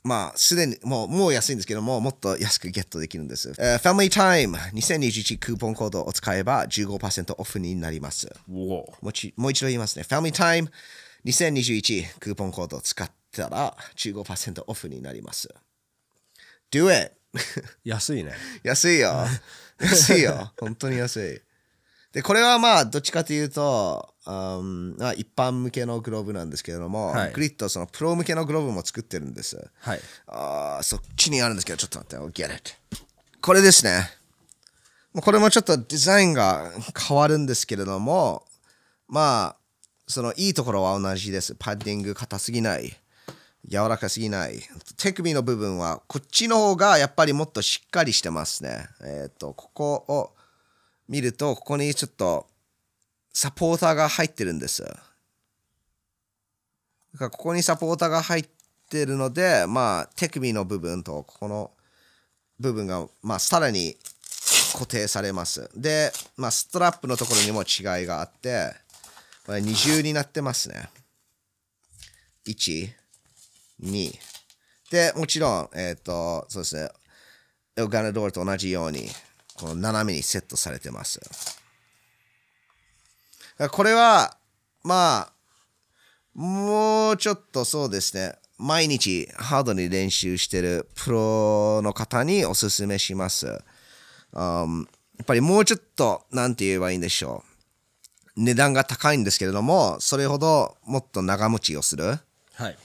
Speaker 2: まあ、すでに、もう、もう安いんですけども、もっと安くゲットできるんです。えー、Family Time 2021クーポンコードを使えば15%オフになります。
Speaker 1: おー
Speaker 2: もうちもう一度言いますね。Family Time 2021クーポンコードを使ったら15%オフになります。Do it!
Speaker 1: 安いね。
Speaker 2: 安いよ。安いよ。本当に安い。で、これはまあ、どっちかというと、うんまあ、一般向けのグローブなんですけれども、
Speaker 1: はい
Speaker 2: グリッド、そのプロ向けのグローブも作ってるんです。
Speaker 1: はい。
Speaker 2: あーそっちにあるんですけど、ちょっと待って、get it。これですね。もうこれもちょっとデザインが変わるんですけれども、まあ、そのいいところは同じです。パッディング硬すぎない。柔らかすぎない。手首の部分は、こっちの方がやっぱりもっとしっかりしてますね。えっ、と、ここを見ると、ここにちょっとサポーターが入ってるんです。だからここにサポーターが入ってるので、まあ、手首の部分とここの部分が、まあ、さらに固定されます。で、まあ、ストラップのところにも違いがあって、これ二重になってますね。1、2。で、もちろん、えっ、と、そうですね、エルガナドールと同じように、この斜めにセットされてます。だからこれは、まあ、もうちょっとそうですね。毎日ハードに練習してるプロの方におすすめします。うんやっぱりもうちょっと、なんて言えばいいんでしょう。値段が高いんですけれども、それほどもっと長持ちをする。
Speaker 1: はい。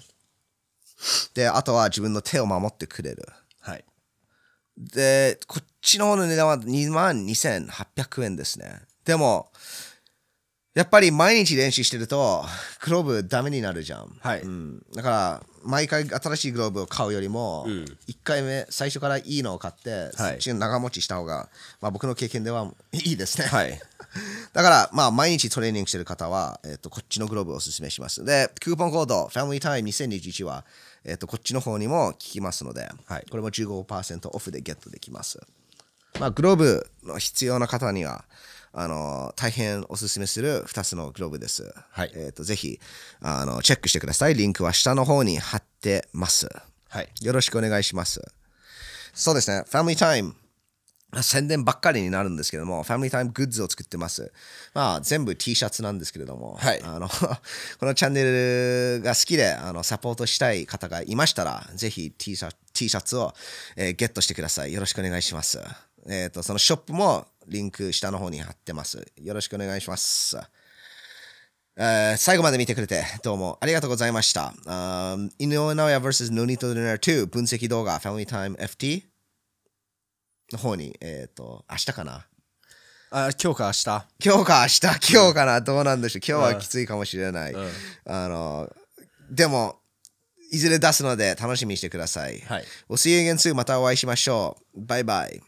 Speaker 2: で、あとは自分の手を守ってくれる。
Speaker 1: はい。
Speaker 2: で、こっちの方の値段は2万2800円ですね。でも、やっぱり毎日練習してると、グローブダメになるじゃん。
Speaker 1: はい
Speaker 2: うん、だから、毎回新しいグローブを買うよりも、1回目、最初からいいのを買って、
Speaker 1: はい
Speaker 2: そっちの長持ちした方が、まあ僕の経験ではい いですね。
Speaker 1: はい。
Speaker 2: だから、まあ、毎日トレーニングしてる方は、えっ、と、こっちのグローブをおすすめします。で、クーポンコード、FamilyTime2021 は、えっ、と、こっちの方にも効きますので、
Speaker 1: はい
Speaker 2: これも15%オフでゲットできます。まあ、グローブの必要な方には、あの、大変おすすめする2つのグローブです。
Speaker 1: はい
Speaker 2: えっ、と、ぜひ、あの、チェックしてください。リンクは下の方に貼ってます。
Speaker 1: はい。
Speaker 2: よろしくお願いします。そうですね、ファミリータイム。宣伝ばっかりになるんですけども、ファミリータイムグッズを作ってます。まあ、全部 T シャツなんですけれども、
Speaker 1: はい
Speaker 2: あの このチャンネルが好きであのサポートしたい方がいましたら、ぜひ T シャ T シャツを、えーゲットしてください。よろしくお願いします。えっ、と、そのショップもリンク下の方に貼ってます。よろしくお願いします。えー最後まで見てくれてどうもありがとうございました。あー井上尚弥 vs ノニートディナー2分析動画 FamilyTimeFT の方に、えっ、と、明日かな
Speaker 1: あ、今日か明日。
Speaker 2: 今日か明日、今日かな、どうなんでしょう。今日はきついかもしれない。
Speaker 1: ん
Speaker 2: あの、でも、いずれ出すので楽しみにしてください。
Speaker 1: はい
Speaker 2: We'll see you again soon. またお会いしましょう。バイバイ。